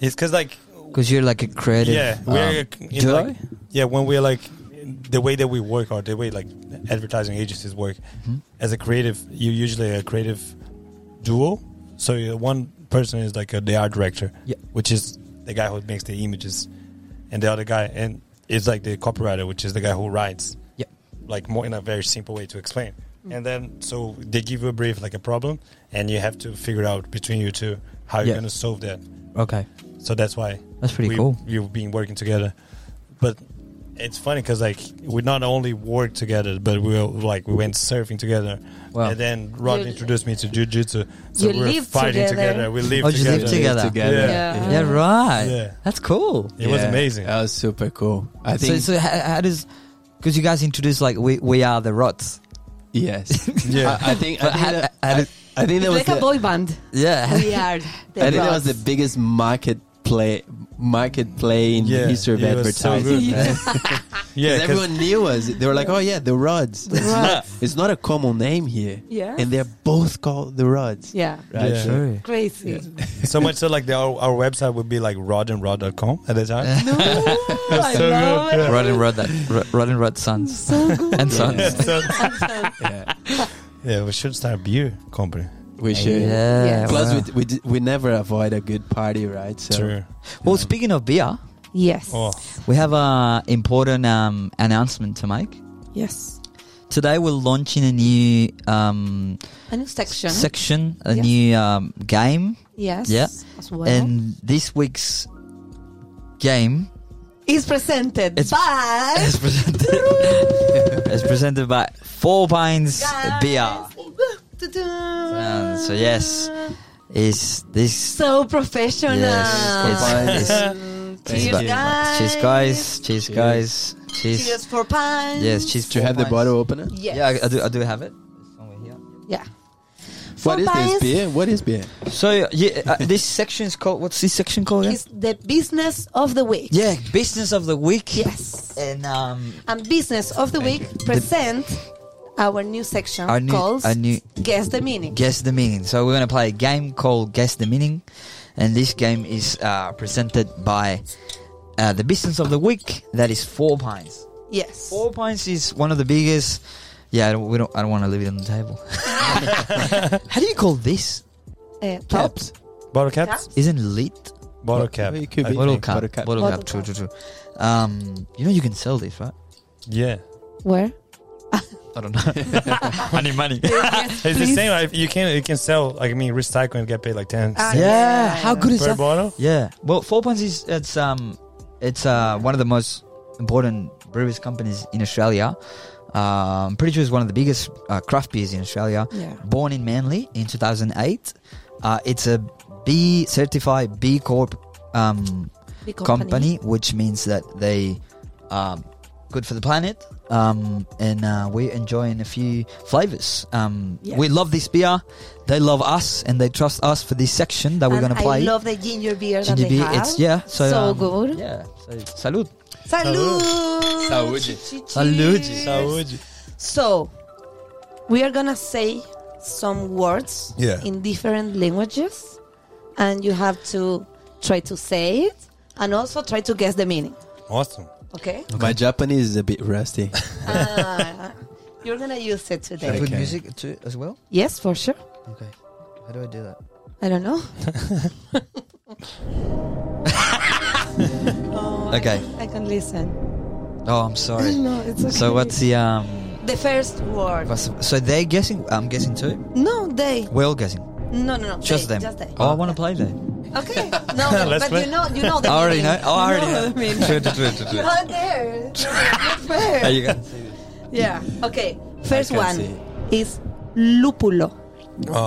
Speaker 3: It's because like,
Speaker 1: Because you're like a creative.
Speaker 3: yeah, we're
Speaker 1: um,
Speaker 3: in,
Speaker 1: do
Speaker 3: like,
Speaker 1: I?
Speaker 3: yeah when we're like the way that we work or the way like advertising agencies work
Speaker 1: Mm-hmm.
Speaker 3: as a creative, you're usually a creative duo. So uh, one person is like uh the art director,
Speaker 1: Yeah.
Speaker 3: which is the guy who makes the images, and the other guy and is like the copywriter, which is the guy who writes.
Speaker 1: Yeah. Mm.
Speaker 3: like more in a very simple way to explain. And then so they give you a brief like a problem, and you have to figure out between you two how you're
Speaker 1: Yeah.
Speaker 3: gonna solve that.
Speaker 1: Okay,
Speaker 3: So that's why
Speaker 1: that's pretty
Speaker 3: we,
Speaker 1: cool.
Speaker 3: You've been working together, but it's funny because like we not only worked together, but we were, like we went surfing together.
Speaker 1: Wow.
Speaker 3: And then Rod
Speaker 2: You-
Speaker 3: introduced me to jujitsu, so
Speaker 2: You
Speaker 3: we we're
Speaker 2: live
Speaker 3: fighting together.
Speaker 2: together.
Speaker 3: We live
Speaker 1: Oh, you
Speaker 3: together.
Speaker 1: live together.
Speaker 3: Yeah.
Speaker 2: Yeah.
Speaker 1: Yeah, right.
Speaker 3: Yeah.
Speaker 1: That's cool.
Speaker 3: It was
Speaker 4: Yeah,
Speaker 3: amazing.
Speaker 4: That was super cool. I
Speaker 1: So,
Speaker 4: think
Speaker 1: so how, how does? Because you guys introduced like we we are the rots.
Speaker 4: yes.
Speaker 3: Yeah.
Speaker 4: I, I think I
Speaker 1: But
Speaker 4: think
Speaker 1: how-
Speaker 4: that,
Speaker 1: how
Speaker 4: I,
Speaker 1: did-
Speaker 4: I think
Speaker 2: It's
Speaker 4: that was
Speaker 2: like a
Speaker 4: the,
Speaker 2: boy band.
Speaker 1: Yeah.
Speaker 2: we are. The
Speaker 4: I think that was the
Speaker 2: Rods.
Speaker 4: biggest market play market play in
Speaker 3: Yeah,
Speaker 4: the history of
Speaker 3: it was so good,
Speaker 4: advertising. man.
Speaker 3: man.
Speaker 4: 'Cause
Speaker 3: yeah, 'cause-
Speaker 4: everyone knew us. They were like, "Oh yeah, the Rods." It's not,
Speaker 2: Rods.
Speaker 4: it's not a common name here.
Speaker 2: Yeah.
Speaker 4: and they're both called the Rods.
Speaker 2: Yeah.
Speaker 4: Right.
Speaker 3: Yeah.
Speaker 1: True.
Speaker 2: Crazy.
Speaker 3: so much so like the, our, our website would be like rodandrod.com at the time.
Speaker 2: No, Oh, I
Speaker 3: So
Speaker 2: love
Speaker 3: good.
Speaker 2: it.
Speaker 1: Rod and Rod that Rod- Rod and Rod sons
Speaker 2: So good.
Speaker 1: and sons.
Speaker 3: Yeah, so-
Speaker 4: Yeah,
Speaker 3: yeah, we should start a beer company.
Speaker 4: we should.
Speaker 1: Yeah.
Speaker 2: Yeah.
Speaker 4: Plus,
Speaker 1: wow.
Speaker 4: we, we d- we never avoid a good party, right? So
Speaker 3: True.
Speaker 1: well, speaking of beer,
Speaker 2: Yes.
Speaker 3: Oh,
Speaker 1: we have a important um, announcement to make.
Speaker 2: Yes.
Speaker 1: Today we're launching a new um,
Speaker 2: A new section.
Speaker 1: section, a
Speaker 2: Yeah.
Speaker 1: new um, game,
Speaker 2: yes.
Speaker 1: Yeah.
Speaker 2: As well.
Speaker 1: and this week's game
Speaker 2: is presented
Speaker 1: It's-
Speaker 2: by
Speaker 1: is presented is presented by Four Pines Beer. Um, so yes, is this
Speaker 2: So professional.
Speaker 1: yes, it's, it's,
Speaker 2: Cheers,
Speaker 1: it's,
Speaker 2: guys.
Speaker 1: cheers, guys, cheers,
Speaker 4: Cheers.
Speaker 1: guys, cheers.
Speaker 2: Cheers for pines.
Speaker 1: Yes, cheers.
Speaker 4: Do you
Speaker 1: Four
Speaker 4: have the
Speaker 1: Pines.
Speaker 4: bottle opener?
Speaker 2: Yes.
Speaker 1: Yeah, I, I do. I do have it. It's somewhere here.
Speaker 2: Yeah.
Speaker 4: What
Speaker 2: Four
Speaker 4: is
Speaker 2: Pines
Speaker 4: this beer? What is beer?
Speaker 1: So yeah, uh, this section is called. What's this section called? Again?
Speaker 2: Is the business of the week.
Speaker 1: Yeah, business of the week.
Speaker 2: Yes.
Speaker 1: and um,
Speaker 2: And business of the week present our new section
Speaker 1: our new,
Speaker 2: called
Speaker 1: our new
Speaker 2: Guess the Meaning.
Speaker 1: guess the meaning. So we're gonna play a game called guess the meaning, and this game is uh, presented by uh, the business of the week. That is Four Pines.
Speaker 2: yes.
Speaker 1: Four Pines is one of the biggest. Yeah, I don't, we don't. I don't want to leave it on the table. How do you call this?
Speaker 2: Uh,
Speaker 4: Caps.
Speaker 3: bottle caps?
Speaker 2: Caps.
Speaker 1: Isn't lit?
Speaker 3: Bottle cap.
Speaker 4: It could
Speaker 3: I
Speaker 4: be.
Speaker 3: think.
Speaker 1: Bottle
Speaker 4: think.
Speaker 1: cap.
Speaker 4: Bottle cap.
Speaker 1: Bottle
Speaker 2: Bottle
Speaker 1: cap. True, true, true. Um, you know you can sell this, right?
Speaker 3: Yeah.
Speaker 2: Where?
Speaker 1: I don't know. I need money.
Speaker 2: Yes,
Speaker 3: It's the
Speaker 2: please.
Speaker 3: same. Like, you can you can sell. Like I mean, recycle and get paid like ten
Speaker 2: Ah,
Speaker 3: cents
Speaker 1: Yeah, how good is
Speaker 3: per
Speaker 1: that?
Speaker 3: bottle.
Speaker 1: Yeah. Well, Four Pines is it's um it's uh one of the most important breweries companies in Australia. Uh, I'm pretty sure it's one of the biggest uh, craft beers in Australia.
Speaker 2: Yeah.
Speaker 1: Born in Manly in 2008, uh, it's a B certified B Corp um,
Speaker 2: Big
Speaker 1: company. which means that they are good for the planet. Um, and uh, we're enjoying a few flavors. Um,
Speaker 2: Yeah.
Speaker 1: We love this beer. They love us, and they trust us for this section that we're
Speaker 2: And
Speaker 1: going to play.
Speaker 2: I love the ginger beer that
Speaker 1: GDB,
Speaker 2: they have.
Speaker 1: it's yeah, so,
Speaker 2: So
Speaker 1: um,
Speaker 2: good.
Speaker 1: Yeah, so salud.
Speaker 2: Salud.
Speaker 4: Saúde.
Speaker 2: Cheers.
Speaker 1: Saúde.
Speaker 2: So, we are gonna say some words
Speaker 3: Yeah.
Speaker 2: in different languages, and you have to try to say it and also try to guess the meaning.
Speaker 3: Awesome.
Speaker 2: Okay?
Speaker 4: My Japanese is a bit rusty.
Speaker 2: Ah, you're gonna use it today.
Speaker 4: Okay.
Speaker 1: music too as well.
Speaker 2: Yes, for sure.
Speaker 1: Okay, how do I do that?
Speaker 2: I don't know. Oh, I
Speaker 1: Okay.
Speaker 2: can- I can listen.
Speaker 1: Oh, I'm sorry.
Speaker 2: No, it's okay.
Speaker 1: So what's the um?
Speaker 2: the first word?
Speaker 1: What's, so they're guessing. I'm guessing too.
Speaker 2: No, they.
Speaker 1: We're all guessing.
Speaker 2: No, no, no.
Speaker 1: Just
Speaker 2: they,
Speaker 1: them.
Speaker 2: Just they.
Speaker 1: Oh, I want to play there.
Speaker 2: Okay. No, but,
Speaker 3: Let's
Speaker 2: but
Speaker 3: play.
Speaker 2: you know, you know.
Speaker 1: I
Speaker 2: The
Speaker 1: already know.
Speaker 2: meaning.
Speaker 1: Oh, I
Speaker 2: You
Speaker 1: already
Speaker 2: know
Speaker 1: know.
Speaker 2: the meaning.
Speaker 1: True, true, true, true, true.
Speaker 2: Not there. Not there.
Speaker 1: There you go.
Speaker 2: Yeah. Okay. First
Speaker 4: can't
Speaker 2: one
Speaker 4: see.
Speaker 2: is lupulo.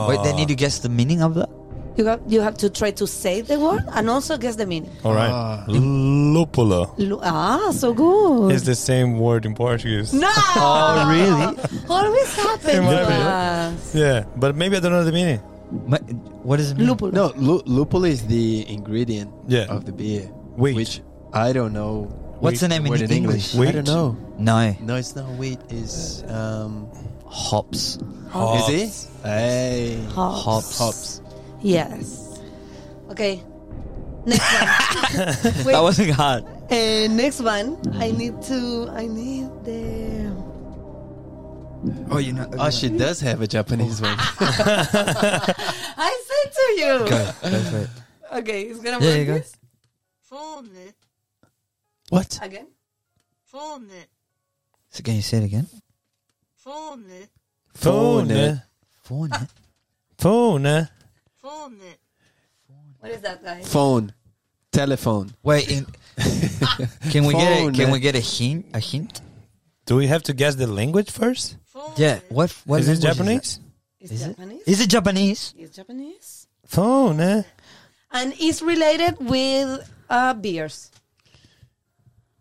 Speaker 1: Wait, they need to guess the meaning of that.
Speaker 2: You have you have to try to say the word and also guess the meaning.
Speaker 3: All right. Lúpulo
Speaker 2: Lu- ah, so good.
Speaker 3: is the same word in Portuguese.
Speaker 2: no.
Speaker 1: Oh, really?
Speaker 2: Always happens.
Speaker 3: It
Speaker 2: to
Speaker 3: might be.
Speaker 2: us.
Speaker 3: Yeah, but maybe I don't know the meaning.
Speaker 1: Ma- What does it mean?
Speaker 2: Lupulo.
Speaker 4: No, lu- lupul is the ingredient
Speaker 3: Yeah.
Speaker 4: of the beer,
Speaker 3: Wheat.
Speaker 4: which I don't know.
Speaker 1: What's the
Speaker 4: wheat-
Speaker 1: name in
Speaker 4: word
Speaker 1: English?
Speaker 4: I
Speaker 3: Wheat?
Speaker 4: don't know.
Speaker 1: No,
Speaker 4: No, it's not wheat. It's um,
Speaker 1: hops.
Speaker 4: is it? Hey,
Speaker 2: Hops.
Speaker 1: Hops.
Speaker 4: hops.
Speaker 2: Yes. Okay. Next one. Wait.
Speaker 1: That wasn't hard.
Speaker 2: Uh, next one. I need to. I need the.
Speaker 1: Oh, you know.
Speaker 4: Oh, she does have a Japanese one.
Speaker 2: I said to you.
Speaker 1: Go. Go for it.
Speaker 2: Okay, it's gonna
Speaker 1: Yeah,
Speaker 2: work.
Speaker 1: you go.
Speaker 2: this? Fone.
Speaker 4: what?
Speaker 2: Again. Fone.
Speaker 1: So can you say it again?
Speaker 2: Fone.
Speaker 3: Phone.
Speaker 1: Phone.
Speaker 3: Phone.
Speaker 2: Phone. What is that, guys?
Speaker 4: Phone, telephone.
Speaker 1: Wait. In, can we get a,
Speaker 4: Phone.
Speaker 1: can we get a hint? A hint?
Speaker 3: Do we have to guess the language first?
Speaker 2: Phone.
Speaker 1: Yeah. What? What
Speaker 3: Is it
Speaker 1: language
Speaker 3: Japanese?
Speaker 2: It's
Speaker 1: Is it?
Speaker 2: Japanese.
Speaker 1: Is it Japanese?
Speaker 2: It's Japanese.
Speaker 3: Phone.
Speaker 2: And it's related with uh, beers.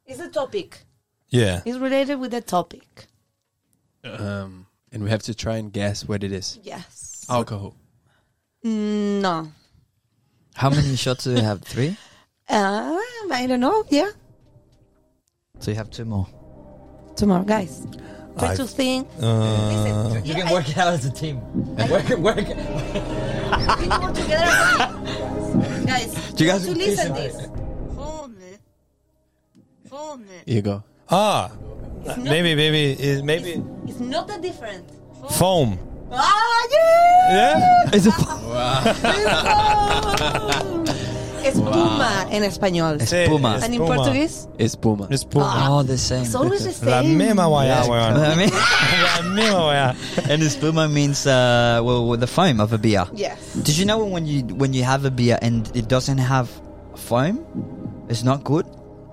Speaker 2: It's a topic.
Speaker 3: Yeah.
Speaker 2: It's related with the topic.
Speaker 4: Um, and we have to try and guess what it is.
Speaker 2: Yes.
Speaker 4: Alcohol.
Speaker 2: No.
Speaker 1: How many shots do you have? Three.
Speaker 2: Uh, I don't know. Yeah.
Speaker 1: So you have two more.
Speaker 2: Tomorrow, guys. Try
Speaker 3: I-
Speaker 2: to think.
Speaker 3: Uh,
Speaker 2: Listen,
Speaker 1: You
Speaker 2: yeah,
Speaker 1: can work it out as a team. Work, it- work. it.
Speaker 2: I, we work together. guys,
Speaker 1: Do you guys
Speaker 2: to listen this. Phone. Phone.
Speaker 4: Here you go.
Speaker 3: ah,
Speaker 2: not-
Speaker 3: maybe, maybe, is- maybe
Speaker 2: It's not that different.
Speaker 3: foam.
Speaker 2: Ah, yeah!
Speaker 3: Yeah.
Speaker 1: It's a puma.
Speaker 2: Espuma en español.
Speaker 1: Es puma.
Speaker 2: And in Portuguese?
Speaker 4: It's Puma.
Speaker 3: It's puma.
Speaker 1: Oh, the same.
Speaker 2: It's always the
Speaker 3: La
Speaker 2: same.
Speaker 3: misma guayá, weón.
Speaker 1: I mean,
Speaker 3: La misma guayá.
Speaker 1: and the spuma means uh, well, well, the foam of a beer.
Speaker 2: Yes.
Speaker 1: Did you know when you when you have a beer and it doesn't have foam, it's not good.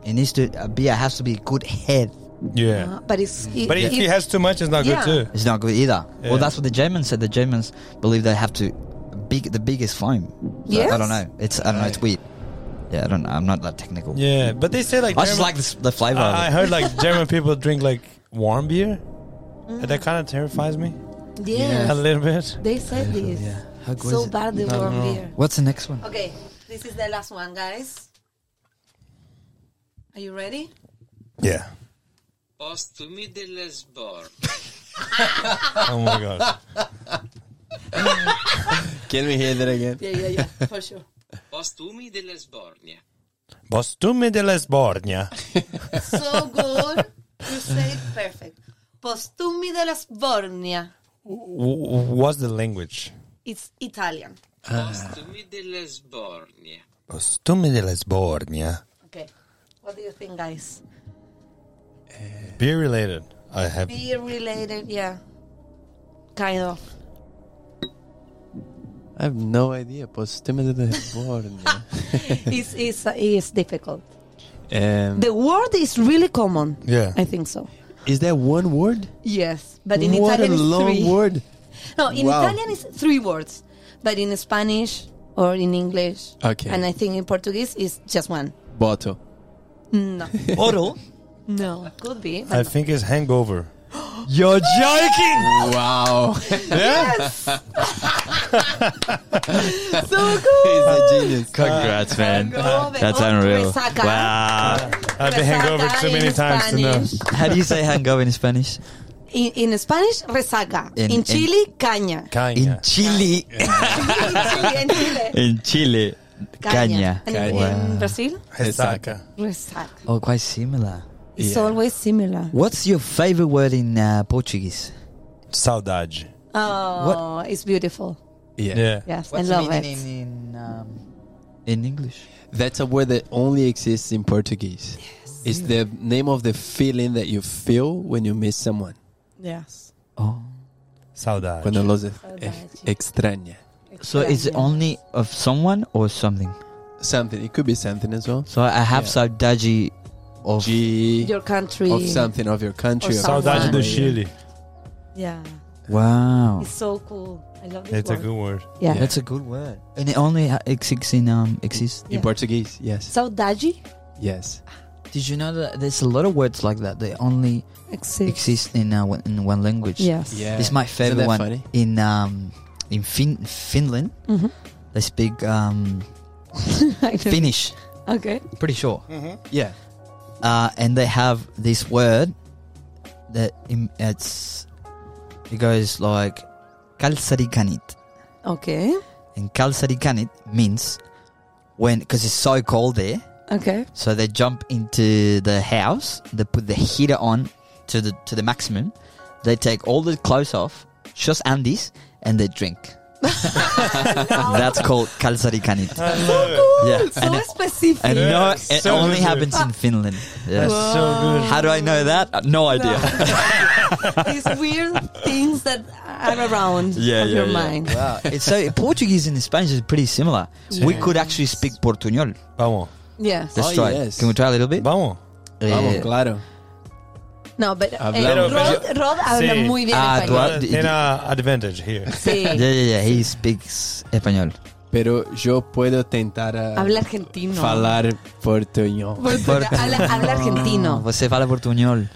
Speaker 1: It needs to a beer has to be good head.
Speaker 3: Yeah.
Speaker 2: Uh, but it's. It,
Speaker 3: But if he has too much, it's not
Speaker 2: Yeah.
Speaker 3: good too.
Speaker 1: It's not good either.
Speaker 3: Yeah.
Speaker 1: Well, that's what the Germans said. The Germans believe they have to big the biggest foam. So, I
Speaker 2: Yes.
Speaker 1: don't know. It's I don't know. It's weird. Yeah, I don't. know. I'm not that technical.
Speaker 3: Yeah, but they say like
Speaker 1: I just
Speaker 3: German-
Speaker 1: like the, s- the flavor.
Speaker 3: I,
Speaker 1: of
Speaker 3: I
Speaker 1: it.
Speaker 3: heard like German people drink like warm beer.
Speaker 2: Mm.
Speaker 3: And That kind of terrifies me
Speaker 2: Yes.
Speaker 3: a little bit.
Speaker 2: They said this.
Speaker 1: Yeah. How good
Speaker 2: So
Speaker 1: is it?
Speaker 2: bad the
Speaker 3: don't
Speaker 2: warm
Speaker 3: know.
Speaker 2: beer.
Speaker 1: What's the next one?
Speaker 2: Okay, this is the last one, guys. Are you ready?
Speaker 3: Yeah.
Speaker 6: Postumi de Lesbor.
Speaker 3: Oh my god.
Speaker 4: Can we hear that again?
Speaker 2: Yeah, yeah, yeah, for sure.
Speaker 6: Postumi de Lesbornia.
Speaker 3: Bostumi de Lesbornia.
Speaker 2: So good. You say it perfect. Postumi della Sbornia.
Speaker 3: W- what's the language?
Speaker 2: It's Italian.
Speaker 6: Postumi de Lesbornia.
Speaker 3: Bostumi de Lesbornia.
Speaker 2: Okay. What do you think, guys?
Speaker 3: Beer related. I have.
Speaker 2: Beer related, yeah. Kind of.
Speaker 4: I have no idea. Postimidated born.
Speaker 2: It's, it's, it's difficult.
Speaker 4: Um,
Speaker 2: The word is really common.
Speaker 3: Yeah.
Speaker 2: I think so.
Speaker 4: is that one word?
Speaker 2: Yes, but in
Speaker 4: what
Speaker 2: Italian
Speaker 4: a
Speaker 2: it's
Speaker 4: long
Speaker 2: three.
Speaker 4: word.
Speaker 2: No, in
Speaker 4: Wow.
Speaker 2: Italian it's three words, but in Spanish or in English,
Speaker 4: Okay.
Speaker 2: and I think in Portuguese it's just one.
Speaker 4: Bottle.
Speaker 2: No,
Speaker 1: Bottle.
Speaker 2: no, could be.
Speaker 3: I
Speaker 2: But no.
Speaker 3: think it's hangover.
Speaker 1: You're joking.
Speaker 4: Wow.
Speaker 3: Yeah.
Speaker 2: so good.
Speaker 4: He's a
Speaker 3: Uh,
Speaker 4: genius.
Speaker 1: Congrats, man.
Speaker 2: Hangover.
Speaker 1: That's
Speaker 2: Oh,
Speaker 1: unreal.
Speaker 2: resaca.
Speaker 1: Wow.
Speaker 3: I've been hangover
Speaker 2: Resaca
Speaker 3: too many
Speaker 2: in
Speaker 3: times to know.
Speaker 2: Spanish.
Speaker 1: How do you say hangover in Spanish?
Speaker 2: In, in Spanish, resaca.
Speaker 1: In-
Speaker 2: In,
Speaker 1: in-
Speaker 2: Chile, caña.
Speaker 1: In
Speaker 3: Caña.
Speaker 1: Chile.
Speaker 2: in Chile, in Chile.
Speaker 1: In Chile. Caña.
Speaker 2: And in- in Brazil,
Speaker 3: Resaca.
Speaker 2: resaca.
Speaker 1: Oh, quite similar.
Speaker 2: It's
Speaker 4: Yeah.
Speaker 2: always similar.
Speaker 1: What's your favorite word in uh, Portuguese?
Speaker 3: Saudade.
Speaker 2: Oh, it's beautiful.
Speaker 4: Yeah.
Speaker 3: Yeah.
Speaker 2: Yes, I love it.
Speaker 1: in, um, in English?
Speaker 4: That's a word that only exists in Portuguese. Yes. It's the name of the feeling that you feel when you miss someone.
Speaker 2: Yes.
Speaker 1: Oh.
Speaker 3: Saudade.
Speaker 4: Cuando los e-
Speaker 2: Saudade.
Speaker 4: extraña.
Speaker 1: So is it only of someone or something?
Speaker 4: Something. It could be something as well.
Speaker 1: So I have
Speaker 4: Yeah.
Speaker 1: Sardaji of
Speaker 4: G
Speaker 2: your country?
Speaker 4: of something of your country.
Speaker 2: Or
Speaker 4: of-
Speaker 2: someone.
Speaker 3: Saudade do Chile.
Speaker 2: Yeah,
Speaker 1: wow.
Speaker 2: it's so cool. I love this
Speaker 3: It's a
Speaker 2: word.
Speaker 3: good word.
Speaker 2: Yeah.
Speaker 1: That's a good word. And it only ha- exists in um exists.
Speaker 4: In
Speaker 2: Yeah.
Speaker 4: Portuguese, yes.
Speaker 2: Saudade
Speaker 4: Yes.
Speaker 1: Did you know that there's a lot of words like that? They only
Speaker 2: exists.
Speaker 1: exist in uh, one- in one language.
Speaker 2: Yes.
Speaker 4: Yeah.
Speaker 1: This is my
Speaker 4: Isn't
Speaker 1: favorite
Speaker 4: that
Speaker 1: one.
Speaker 4: funny?
Speaker 1: In um in fin- Finland,
Speaker 2: Mhm.
Speaker 1: they speak um
Speaker 2: I know.
Speaker 1: Finnish.
Speaker 2: okay.
Speaker 1: Pretty sure.
Speaker 4: Yeah.
Speaker 1: uh, and they have this word that im- it's it goes like kalsarikanit
Speaker 2: Okay.
Speaker 1: and kalsarikanit means when because it's so cold there
Speaker 2: Okay.
Speaker 1: so they jump into the house they put the heater on to the to the maximum they take all the clothes off just undies and they drink that's called kalsarikanit yeah
Speaker 2: Oh, So
Speaker 1: and,
Speaker 2: specific.
Speaker 1: and no
Speaker 3: Yeah,
Speaker 1: it
Speaker 3: so
Speaker 1: only
Speaker 3: good.
Speaker 1: happens in finland yes
Speaker 3: That's so good.
Speaker 1: how do I know that? Uh, No idea.
Speaker 2: These weird things that are around
Speaker 1: Yeah,
Speaker 2: of
Speaker 1: yeah,
Speaker 2: your
Speaker 1: yeah.
Speaker 2: mind.
Speaker 1: Wow. It's so Portuguese and Spanish is pretty similar. We could actually speak Portuñol.
Speaker 3: Vamos.
Speaker 2: Yes.
Speaker 1: Let's
Speaker 4: Oh,
Speaker 1: try.
Speaker 4: yes.
Speaker 1: Can we try a little bit?
Speaker 3: Vamos.
Speaker 1: Eh,
Speaker 4: Vamos, claro.
Speaker 2: No, but eh,
Speaker 4: Hablamos.
Speaker 2: Rod, Rod habla
Speaker 3: Sí.
Speaker 2: muy bien
Speaker 1: Ah, tú
Speaker 2: español.
Speaker 1: ha-
Speaker 3: Tem Uh, a advantage here.
Speaker 2: Sí.
Speaker 1: yeah, yeah, yeah. He speaks español.
Speaker 4: Pero yo puedo tentar a
Speaker 2: Habla argentino.
Speaker 4: falar portuñol.
Speaker 2: Portu- habla, habla argentino.
Speaker 1: Você fala Portuñol.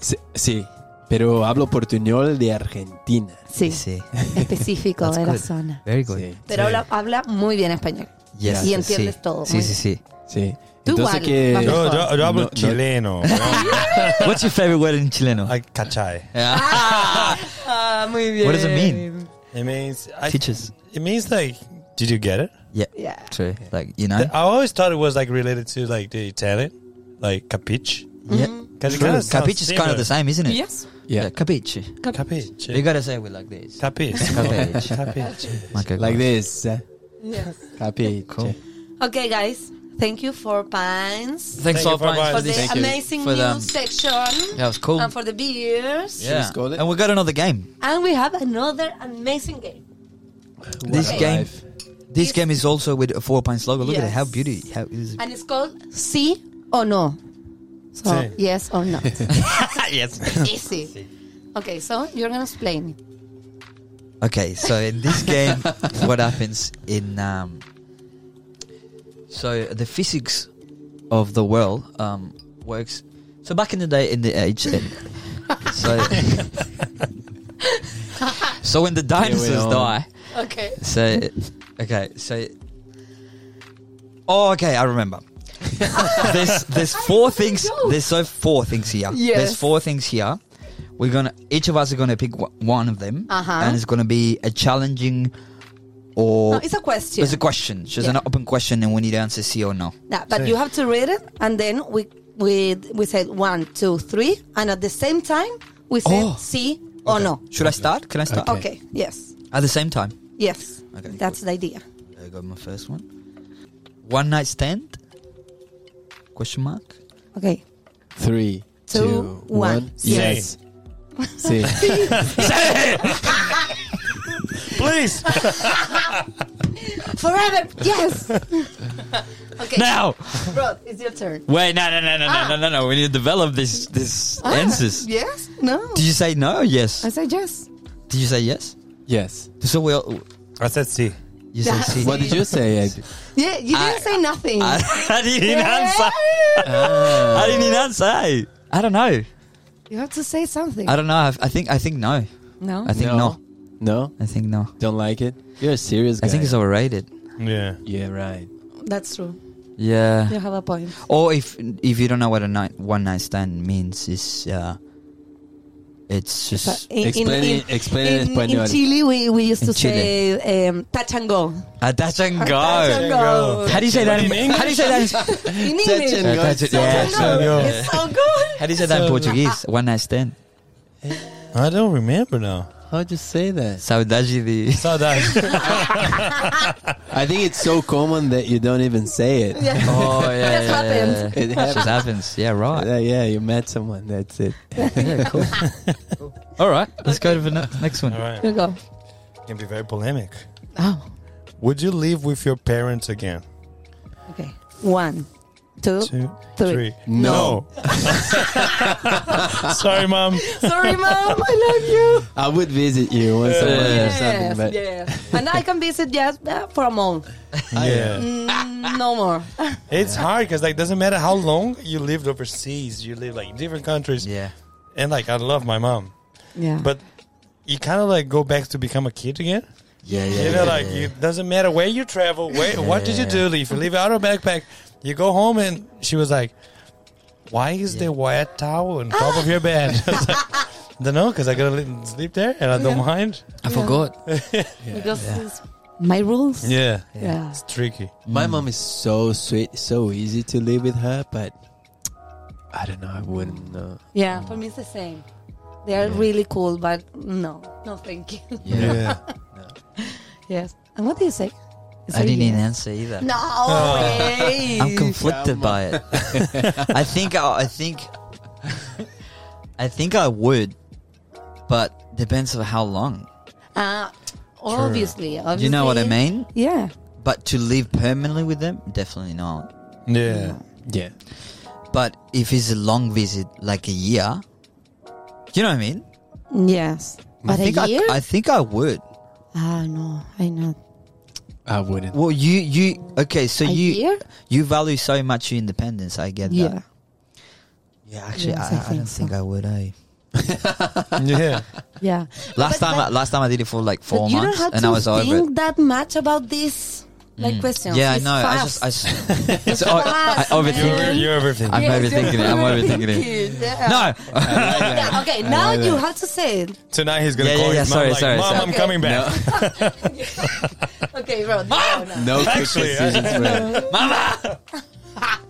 Speaker 4: Sí, sí, pero hablo portuñol de Argentina.
Speaker 2: Sí,
Speaker 1: Sí.
Speaker 2: específico de la
Speaker 1: good.
Speaker 2: zona.
Speaker 1: Very good.
Speaker 4: Sí,
Speaker 2: Pero
Speaker 4: sí,
Speaker 2: habla, habla muy bien español.
Speaker 1: Yes.
Speaker 2: Y entiendes todo.
Speaker 1: Sí,
Speaker 2: muy
Speaker 1: sí, sí.
Speaker 4: sí.
Speaker 2: Tú
Speaker 4: Entonces
Speaker 2: igual,
Speaker 4: que
Speaker 2: vamos.
Speaker 3: Yo, yo, yo hablo
Speaker 4: No, no.
Speaker 3: chileno.
Speaker 1: What's your favorite word in Chileno?
Speaker 3: I cachai.
Speaker 2: bien. Ah, muy bien.
Speaker 1: What does it mean?
Speaker 3: It means I,
Speaker 1: Teachers.
Speaker 3: It means like. Did you get it?
Speaker 1: Yeah.
Speaker 2: Yeah.
Speaker 1: True. Like you know.
Speaker 3: I always thought it was like related to like the Italian, like capiche.
Speaker 1: Yeah.
Speaker 3: Because it
Speaker 1: True.
Speaker 3: kind of
Speaker 1: Capiche is kind of the same, isn't it?
Speaker 2: Yes.
Speaker 4: Yeah.
Speaker 1: Capiche. You
Speaker 3: Capiche.
Speaker 1: gotta say it like this.
Speaker 3: Capiche.
Speaker 1: Capiche.
Speaker 3: Capiche.
Speaker 1: Okay,
Speaker 4: like
Speaker 1: cool.
Speaker 4: this. eh?
Speaker 2: Yes.
Speaker 4: Capiche.
Speaker 1: Cool.
Speaker 2: Okay, guys. Thank you for Pines.
Speaker 1: Thanks
Speaker 3: Thank you
Speaker 1: all
Speaker 3: for
Speaker 1: for,
Speaker 2: For
Speaker 1: for
Speaker 3: buying
Speaker 2: the
Speaker 1: this.
Speaker 4: Thank you.
Speaker 2: amazing
Speaker 1: For the-
Speaker 2: news Um, section.
Speaker 1: That was cool.
Speaker 2: And for the beers.
Speaker 4: Should we
Speaker 1: Yeah.
Speaker 4: score it?
Speaker 1: And we got another game.
Speaker 2: And we have another amazing game.
Speaker 1: This
Speaker 4: Wow.
Speaker 1: game-
Speaker 4: Life.
Speaker 1: This
Speaker 2: It's-
Speaker 1: game is also with a four pints logo. Look at it. How
Speaker 2: Yes.
Speaker 1: beauty. How it is
Speaker 2: And it's called Sí o No. So,
Speaker 3: Sí.
Speaker 2: yes or no.
Speaker 1: yes.
Speaker 2: Easy. Okay, so you're going to explain. it.
Speaker 1: Okay, so in this game, what happens in um, so the physics of the world um, works. So back in the day, in the age, uh, so so when the dinosaurs
Speaker 4: are.
Speaker 1: die,
Speaker 2: Okay.
Speaker 1: so okay, so oh, okay, I remember. there's there's four things. There's so four things here. There's
Speaker 2: Yes.
Speaker 1: four things here. We're gonna each of us are gonna pick w- one of them,
Speaker 2: Uh-huh.
Speaker 1: and it's gonna be a challenging or
Speaker 2: No, it's a question.
Speaker 1: it's a question. It's just
Speaker 2: Yeah.
Speaker 1: an open question, and we need to answer sí or no.
Speaker 2: Yeah, but you have to read it, and then we we we said one, two, three, and at the same time we said
Speaker 1: Oh.
Speaker 2: sí or no.
Speaker 1: Should I start? Can I start
Speaker 2: Okay. Yes.
Speaker 1: at the same time?
Speaker 2: Yes.
Speaker 1: Okay.
Speaker 2: That's the idea.
Speaker 1: I got my first one. One night stand? Question mark.
Speaker 2: Okay.
Speaker 4: Three,
Speaker 2: Two,
Speaker 4: two,
Speaker 2: one.
Speaker 4: one.
Speaker 2: Yes.
Speaker 4: Sí.
Speaker 3: Please.
Speaker 2: Forever. Yes. okay.
Speaker 1: Now,
Speaker 2: Rod, it's your turn.
Speaker 1: wait, no, no, no, no,
Speaker 2: Ah.
Speaker 1: no, no, no. We need to develop this this
Speaker 2: Ah,
Speaker 1: answers.
Speaker 2: Yes. No.
Speaker 1: Did you say no or yes?
Speaker 2: I said yes.
Speaker 1: Did you say yes?
Speaker 4: yes.
Speaker 1: So we all,
Speaker 3: I said sí.
Speaker 1: you said
Speaker 2: That's
Speaker 1: sí.
Speaker 4: What did you say? Ed?
Speaker 2: Yeah. You
Speaker 1: I-
Speaker 2: didn't say nothing.
Speaker 1: I, I didn't answer.
Speaker 4: Ah.
Speaker 1: I didn't answer. I don't know.
Speaker 2: you have to say something.
Speaker 1: I don't know. I, I think I think no.
Speaker 2: no.
Speaker 1: I think no.
Speaker 4: No. No?
Speaker 1: I think no.
Speaker 4: Don't like it? You're a serious
Speaker 1: I
Speaker 4: guy.
Speaker 1: think it's overrated.
Speaker 3: Yeah.
Speaker 4: Yeah, right.
Speaker 2: That's true.
Speaker 1: Yeah.
Speaker 2: You have a point.
Speaker 1: Or if if you don't know what a night one night stand means, it's uh, it's just
Speaker 2: In,
Speaker 4: Explain it- explain it in
Speaker 2: in
Speaker 4: español.
Speaker 2: Chile, we, we used
Speaker 1: In
Speaker 2: to
Speaker 1: Chile.
Speaker 2: say um, touch and go.
Speaker 1: a touch and
Speaker 2: Touch
Speaker 1: ah, go.
Speaker 2: and go.
Speaker 1: How do you say that? In, how do you say that? In,
Speaker 2: In English.
Speaker 4: and go.
Speaker 1: Touch it,
Speaker 2: Touch
Speaker 1: yeah.
Speaker 2: and go.
Speaker 3: Yeah.
Speaker 2: It's so good.
Speaker 1: How do you say that in
Speaker 3: So-
Speaker 1: Portuguese? One night stand.
Speaker 3: I don't remember now.
Speaker 4: How'd you say that?
Speaker 1: Saudade de.
Speaker 3: Saudade.
Speaker 4: I think it's so common that you don't even say it.
Speaker 2: Yeah.
Speaker 1: Oh yeah, yeah,
Speaker 2: Just
Speaker 1: yeah,
Speaker 2: happens.
Speaker 1: yeah.
Speaker 4: It
Speaker 1: It just happens. Yeah, right.
Speaker 4: Yeah, yeah, you met someone. That's it.
Speaker 1: Yeah, cool. All right, let's go to the ne- next one.
Speaker 3: All right.
Speaker 2: You go.
Speaker 3: Can be very polemic.
Speaker 2: Oh,
Speaker 3: Would you live with your parents again?
Speaker 2: okay. One, two, three.
Speaker 3: Two, three. No. Sorry, mom.
Speaker 2: Sorry, mom. I love you.
Speaker 4: I would visit you once a month or something,
Speaker 2: Yes,
Speaker 4: but
Speaker 2: yes. And I can visit just uh, for a month.
Speaker 3: Yeah.
Speaker 2: Mm, no more.
Speaker 3: It's hard because like doesn't matter how long you lived overseas, you live like different countries,
Speaker 1: Yeah.
Speaker 3: and like I love my mom,
Speaker 2: Yeah.
Speaker 3: but you kind of like go back to become a kid again.
Speaker 1: Yeah, yeah.
Speaker 3: you
Speaker 1: yeah,
Speaker 3: know, like
Speaker 1: yeah.
Speaker 3: it doesn't matter where you travel, where what did you do? If you leave out of backpack, you go home, and she was like, "Why is there wet towel on top of your bed?" I was like, don't know because I gotta li- sleep there, and I don't
Speaker 2: Yeah.
Speaker 3: mind.
Speaker 1: I forgot.
Speaker 2: because it's my rules.
Speaker 3: Yeah,
Speaker 2: Yeah.
Speaker 3: it's tricky.
Speaker 4: my mom is so sweet, so easy to live with her, but I don't know, I wouldn't know.
Speaker 2: Yeah, for me it's the same. They are really cool, but no, no, thank you.
Speaker 1: Yeah.
Speaker 2: yes. And what do you say? Is
Speaker 1: I
Speaker 2: it
Speaker 1: didn't
Speaker 2: yes?
Speaker 1: answer either.
Speaker 2: No way.
Speaker 1: I'm conflicted by it. I think I, I think I think I would, but depends on how long.
Speaker 2: Uh, obviously, obviously.
Speaker 1: Do you know what I mean?
Speaker 2: Yeah.
Speaker 1: But to live permanently with them, definitely not.
Speaker 3: yeah.
Speaker 4: Yeah.
Speaker 1: But if it's a long visit, like a year, do you know what I mean?
Speaker 2: Yes. But
Speaker 1: I think
Speaker 2: a year?
Speaker 1: I, I think I would.
Speaker 2: ah, no, I not.
Speaker 4: I wouldn't.
Speaker 1: Well, you you okay? So
Speaker 2: a
Speaker 1: you
Speaker 2: year?
Speaker 1: you value so much your independence. I get
Speaker 2: Yeah.
Speaker 1: that. Yeah, actually,
Speaker 2: Yes,
Speaker 1: I,
Speaker 2: I
Speaker 1: I,
Speaker 2: think
Speaker 1: don't think
Speaker 2: so.
Speaker 1: I would. Eh?
Speaker 3: yeah.
Speaker 2: Yeah.
Speaker 1: Last
Speaker 2: But-
Speaker 1: time,
Speaker 2: but-
Speaker 1: last time I did it for like
Speaker 2: but
Speaker 1: four
Speaker 2: you
Speaker 1: months,
Speaker 2: don't have
Speaker 1: and
Speaker 2: to
Speaker 1: I was
Speaker 2: think
Speaker 1: over it. Mm.
Speaker 2: that much about this like questions.
Speaker 1: Yeah, I
Speaker 2: It's
Speaker 1: know. I just,
Speaker 2: fast.
Speaker 1: I just,
Speaker 2: It's
Speaker 1: so I, I
Speaker 2: fast,
Speaker 1: overthink
Speaker 2: man.
Speaker 1: it.
Speaker 3: You're everything.
Speaker 1: I'm
Speaker 2: Yes,
Speaker 1: overthinking it. I'm
Speaker 2: you're
Speaker 1: overthinking it.
Speaker 2: overthinking. Yeah.
Speaker 1: No,
Speaker 2: Yeah, okay, now
Speaker 4: like
Speaker 2: you
Speaker 4: that.
Speaker 2: have to say it.
Speaker 3: Tonight he's gonna
Speaker 1: Yeah,
Speaker 3: call
Speaker 1: yeah, yeah,
Speaker 3: his
Speaker 1: sorry,
Speaker 3: mom like,
Speaker 1: sorry,
Speaker 3: "Mom,
Speaker 1: sorry.
Speaker 3: I'm coming back."
Speaker 2: Okay, Rod.
Speaker 1: Ah!
Speaker 2: no, no.
Speaker 4: No quick
Speaker 3: Actually, I-
Speaker 4: decisions. man.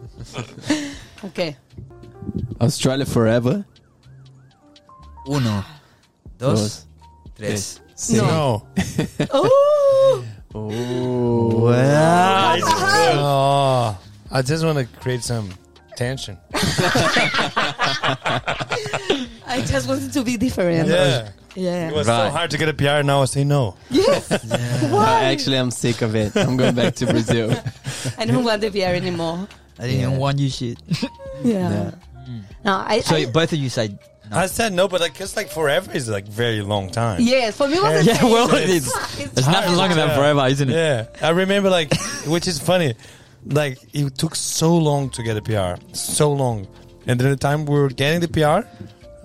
Speaker 2: Okay.
Speaker 4: Australia forever.
Speaker 1: uno, dos, tres.
Speaker 4: Sí.
Speaker 3: No.
Speaker 2: Ooh.
Speaker 1: Well,
Speaker 3: Ah, it's good. Oh, I just want to create some tension.
Speaker 2: I just wanted to be different.
Speaker 3: Yeah.
Speaker 2: Yeah.
Speaker 3: It was
Speaker 1: Right.
Speaker 3: so hard to get a PR. Now I say no.
Speaker 4: No, actually, I'm sick of it. I'm going back to Brazil.
Speaker 2: I don't want the VR anymore.
Speaker 1: I didn't even want you shit.
Speaker 2: Yeah. Mm. No, I,
Speaker 1: So
Speaker 2: I-
Speaker 1: both of you said
Speaker 3: I said no, but like, cause like forever is like very long time.
Speaker 2: yes, for me it was the
Speaker 1: Yeah,
Speaker 2: same.
Speaker 1: well, it's-
Speaker 2: It's
Speaker 1: there's nothing
Speaker 2: hard.
Speaker 1: longer than forever, isn't it?
Speaker 3: Yeah. I remember like, which is funny, like it took so long to get a PR, so long, and then the time we were getting the PR,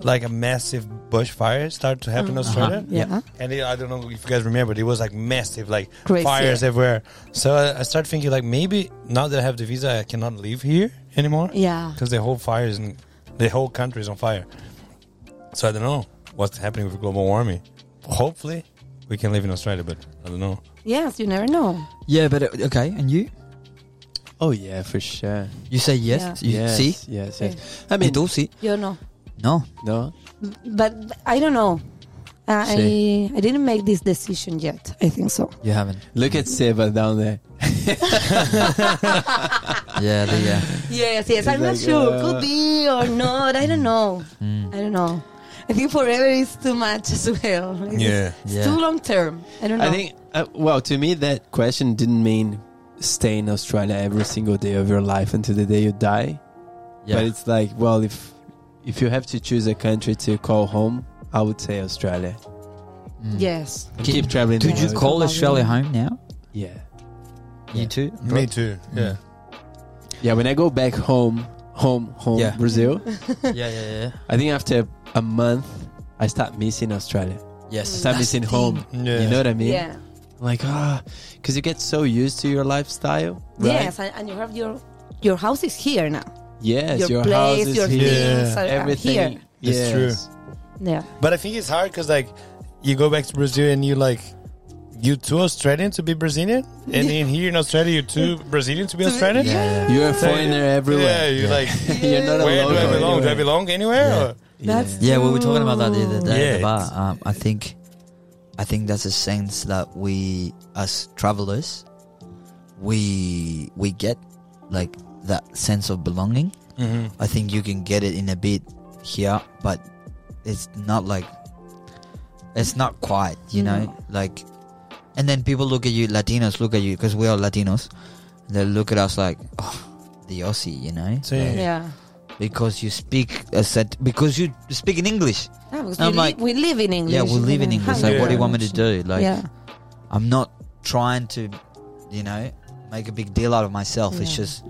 Speaker 3: like a massive bushfire started to happen in Australia.
Speaker 2: Mm-hmm. Uh-huh. Yeah.
Speaker 3: And it, I don't know if you guys remember, but it was like massive, like
Speaker 2: Crazy.
Speaker 3: fires everywhere. So I, I started thinking, like, maybe now that I have the visa, I cannot live here anymore.
Speaker 2: Yeah.
Speaker 3: Because the whole fire is, in, the whole country is on fire. So I don't know what's happening with global warming. Hopefully, we can live in Australia, but I don't know.
Speaker 2: Yes, you never know.
Speaker 1: Yeah, but uh, okay. And you?
Speaker 4: Oh yeah, for sure.
Speaker 1: You say yes. You
Speaker 4: yes,
Speaker 1: see?
Speaker 4: Yes, yes. I mean,
Speaker 1: do see?
Speaker 2: You know.
Speaker 1: No.
Speaker 4: no.
Speaker 2: But I don't know. Uh, I
Speaker 1: See.
Speaker 2: I didn't make this decision yet. I think so.
Speaker 1: You haven't.
Speaker 4: Look at Seva down there.
Speaker 1: Yeah, the, yeah.
Speaker 2: Yes, yes. I'm not
Speaker 4: like,
Speaker 2: sure.
Speaker 4: uh,
Speaker 2: Could be or not. I don't know.
Speaker 1: Mm.
Speaker 2: I don't know. I think forever is too much as well. It's- It's
Speaker 1: Yeah.
Speaker 2: too long term. I don't know.
Speaker 4: I think. Uh, well, to me, that question didn't mean stay in Australia every single day of your life until the day you die.
Speaker 1: Yeah.
Speaker 4: But it's like, well, if if you have to choose a country to call home, I would say Australia.
Speaker 1: Mm.
Speaker 2: yes.
Speaker 4: And keep traveling.
Speaker 1: Did
Speaker 4: there.
Speaker 1: you
Speaker 2: Yeah.
Speaker 1: call Australia home now?
Speaker 4: Yeah.
Speaker 1: You too?
Speaker 3: Me too. Yeah.
Speaker 4: Yeah. When I go back home, home, home,
Speaker 1: Yeah.
Speaker 4: Brazil.
Speaker 1: yeah, yeah, yeah.
Speaker 4: I think after a month, I start missing Australia.
Speaker 1: Yes.
Speaker 4: I start missing home.
Speaker 3: Yeah.
Speaker 4: You know what I mean?
Speaker 2: Yeah.
Speaker 4: Like ah, because you get so used to your lifestyle. Right?
Speaker 2: Yes, and, and you have your your house is here now.
Speaker 4: Yes.
Speaker 2: your,
Speaker 4: Your, house
Speaker 2: place,
Speaker 4: is
Speaker 2: your
Speaker 4: here.
Speaker 2: things
Speaker 3: Yeah,
Speaker 2: are, are
Speaker 4: Everything.
Speaker 2: here.
Speaker 3: It's
Speaker 4: Yes.
Speaker 3: true.
Speaker 2: Yeah.
Speaker 3: But I think it's hard because like you go back to Brazil and you like you too Australian to be Brazilian, and in here in Australia you too Brazilian to be Australian.
Speaker 1: Yeah,
Speaker 4: You're a
Speaker 3: So,
Speaker 4: foreigner everywhere.
Speaker 3: Yeah, you're like
Speaker 4: You're not a
Speaker 3: where do I belong? Do
Speaker 4: local
Speaker 3: I
Speaker 4: anywhere.
Speaker 3: belong anywhere? or-
Speaker 2: That's
Speaker 1: Yeah, we were talking about that the other day at
Speaker 3: Yeah,
Speaker 1: the bar. Um, I think, I think that's a sense that we, as travelers, we we get like that sense of belonging.
Speaker 3: Mm-hmm.
Speaker 1: I think you can get it in a bit here, but it's not like it's not quite. You know, like And then people look at you, Latinos look at you, because we are Latinos. They look at us like, oh, the Aussie, you know?
Speaker 3: Sí.
Speaker 1: Like,
Speaker 2: Yeah.
Speaker 1: Because you speak a set, because you speak in English.
Speaker 2: Ah, because
Speaker 1: I'm
Speaker 2: we,
Speaker 1: like-
Speaker 2: li- we live in English.
Speaker 1: yeah, we live in
Speaker 2: Yeah.
Speaker 1: English. Like, what do you
Speaker 2: Yeah.
Speaker 1: want me to do? Like,
Speaker 2: yeah.
Speaker 1: I'm not trying to, you know, make a big deal out of myself. It's
Speaker 2: Yeah.
Speaker 1: just,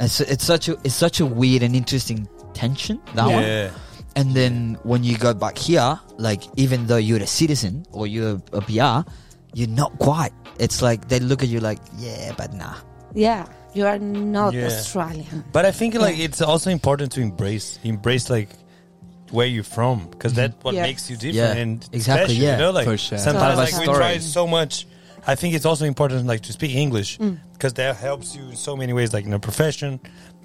Speaker 1: it's, it's such a it's such a weird and interesting tension that one.
Speaker 3: yeah.
Speaker 1: And then when you go back here, like even though you're a citizen or you're a PR, you're not quite. It's like they look at you like, yeah, but nah.
Speaker 2: Yeah. You are not
Speaker 3: Yeah.
Speaker 2: Australian.
Speaker 3: But I think like it's also important to embrace embrace like where you're from because that's what
Speaker 2: Yeah.
Speaker 3: makes you different
Speaker 1: Yeah,
Speaker 3: and
Speaker 1: exactly,
Speaker 3: special,
Speaker 1: yeah.
Speaker 3: you know like
Speaker 4: For sure.
Speaker 3: sometimes
Speaker 1: Totally.
Speaker 3: like we
Speaker 1: Story.
Speaker 3: try so much I think it's also important like to speak English
Speaker 2: Mm.
Speaker 3: because that helps you in so many ways like in a profession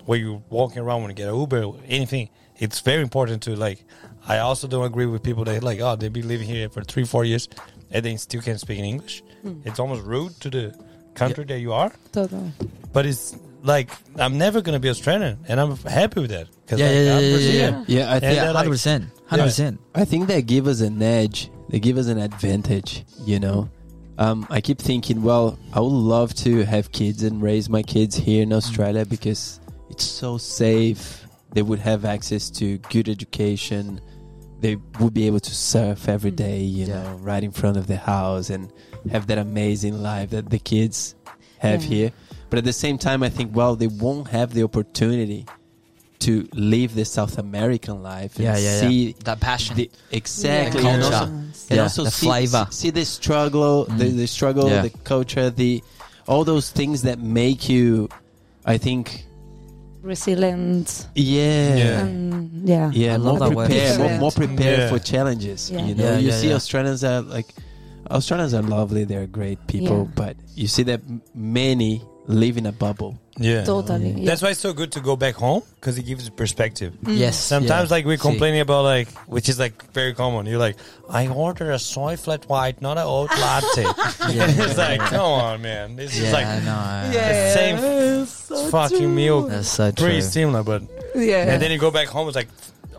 Speaker 3: where you're walking around when you get an Uber or anything it's very important to like I also don't agree with people that like oh they've been living here for three four years and they still can't speak in English
Speaker 2: Mm.
Speaker 3: it's almost rude to the country that you are
Speaker 2: Totally.
Speaker 3: but it's like I'm never gonna be Australian, and I'm happy with that. 'cause,
Speaker 1: Yeah,
Speaker 3: like,
Speaker 1: yeah,
Speaker 3: I'm
Speaker 1: yeah, yeah,
Speaker 3: Brazilian.
Speaker 1: yeah.
Speaker 4: Yeah, I
Speaker 3: And
Speaker 4: think
Speaker 3: they're
Speaker 1: Yeah,
Speaker 3: like-
Speaker 1: hundred percent, hundred percent.
Speaker 4: I think they give us an edge. They give us an advantage, you know. Um, I keep thinking, well, I would love to have kids and raise my kids here in
Speaker 1: Mm.
Speaker 4: Australia because it's so safe. They would have access to good education. They would be able to surf every day, you
Speaker 1: Mm. Yeah.
Speaker 4: know, right in front of the house and have that amazing life that the kids have
Speaker 2: Yeah.
Speaker 4: here. But at the same time, I think, well, they won't have the opportunity to live the South American life and
Speaker 1: Yeah, yeah, yeah.
Speaker 4: see
Speaker 1: That passion.
Speaker 4: the, exactly
Speaker 1: Yeah.
Speaker 4: and
Speaker 1: Culture.
Speaker 4: also, and
Speaker 1: Yeah,
Speaker 4: also
Speaker 1: the
Speaker 4: see,
Speaker 1: flavor. Mm-hmm.
Speaker 4: see the struggle the, the struggle
Speaker 1: Yeah.
Speaker 4: the culture the all those things that make you i think
Speaker 2: Resilient.
Speaker 4: yeah
Speaker 3: Yeah.
Speaker 2: And yeah.
Speaker 1: Um,
Speaker 4: yeah,
Speaker 1: I
Speaker 4: more
Speaker 1: love that word.
Speaker 4: prepared, more, more prepared
Speaker 3: Yeah.
Speaker 4: for challenges.
Speaker 2: Yeah.
Speaker 4: You know,
Speaker 1: Yeah,
Speaker 4: you
Speaker 1: yeah,
Speaker 4: see
Speaker 1: yeah.
Speaker 4: Australians are like Australians are lovely; they're great people,
Speaker 2: Yeah.
Speaker 4: but you see that m- many live in a bubble.
Speaker 3: yeah.
Speaker 2: Totally. Yeah.
Speaker 3: That's why it's so good to go back home because it gives you perspective.
Speaker 1: Yes.
Speaker 3: Sometimes,
Speaker 1: yeah.
Speaker 3: like we're
Speaker 1: See.
Speaker 3: complaining about, like which is like very common. You're like, I order a soy flat white, not an oat latte. it's like, come on, man. This
Speaker 1: Yeah,
Speaker 3: is like
Speaker 1: I know.
Speaker 3: the same fucking meal,
Speaker 1: That's so
Speaker 3: pretty
Speaker 1: true.
Speaker 3: similar. But
Speaker 2: Yeah.
Speaker 3: and then you go back home, it's like,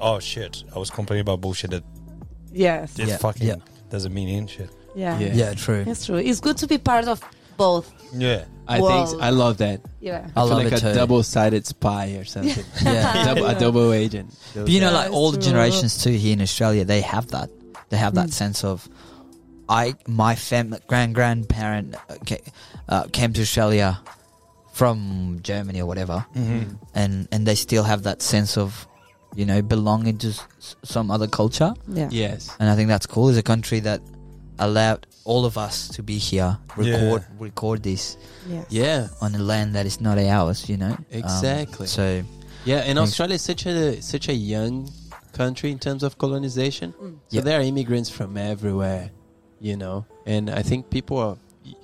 Speaker 3: oh shit, I was complaining about bullshit that
Speaker 2: yes.
Speaker 3: it
Speaker 1: Yeah,
Speaker 3: fucking
Speaker 1: yeah.
Speaker 3: doesn't mean any shit.
Speaker 2: Yeah.
Speaker 4: Yeah.
Speaker 1: Yeah, true.
Speaker 2: It's true. It's good to be part of both.
Speaker 3: Yeah,
Speaker 4: I
Speaker 2: Wow.
Speaker 4: think I love that.
Speaker 2: Yeah.
Speaker 1: I
Speaker 4: I feel
Speaker 1: love
Speaker 4: like
Speaker 1: it
Speaker 4: a
Speaker 1: too.
Speaker 4: double-sided spy or something.
Speaker 1: Yeah.
Speaker 4: double, a double agent.
Speaker 1: But you know,
Speaker 2: Yeah,
Speaker 1: like all the
Speaker 2: it's
Speaker 1: generations too here in Australia, they have that. They have that sense of, I my fam grand grandparent uh, ca- uh, came to Australia from Germany or whatever,
Speaker 3: Mm-hmm.
Speaker 1: and and they still have that sense of, you know, belonging to s- some other culture.
Speaker 2: Yeah.
Speaker 4: Yes.
Speaker 1: And I think that's cool. It's a country that allowed all of us to be here, record record this
Speaker 2: Yeah.
Speaker 4: Yeah,
Speaker 1: on a land that is not ours. You know, Um,
Speaker 4: Exactly.
Speaker 1: so
Speaker 4: yeah, and
Speaker 1: Thanks.
Speaker 4: Australia is such a such a young country in terms of colonization. So
Speaker 1: Yeah.
Speaker 4: there are immigrants from everywhere, you know, and I think people are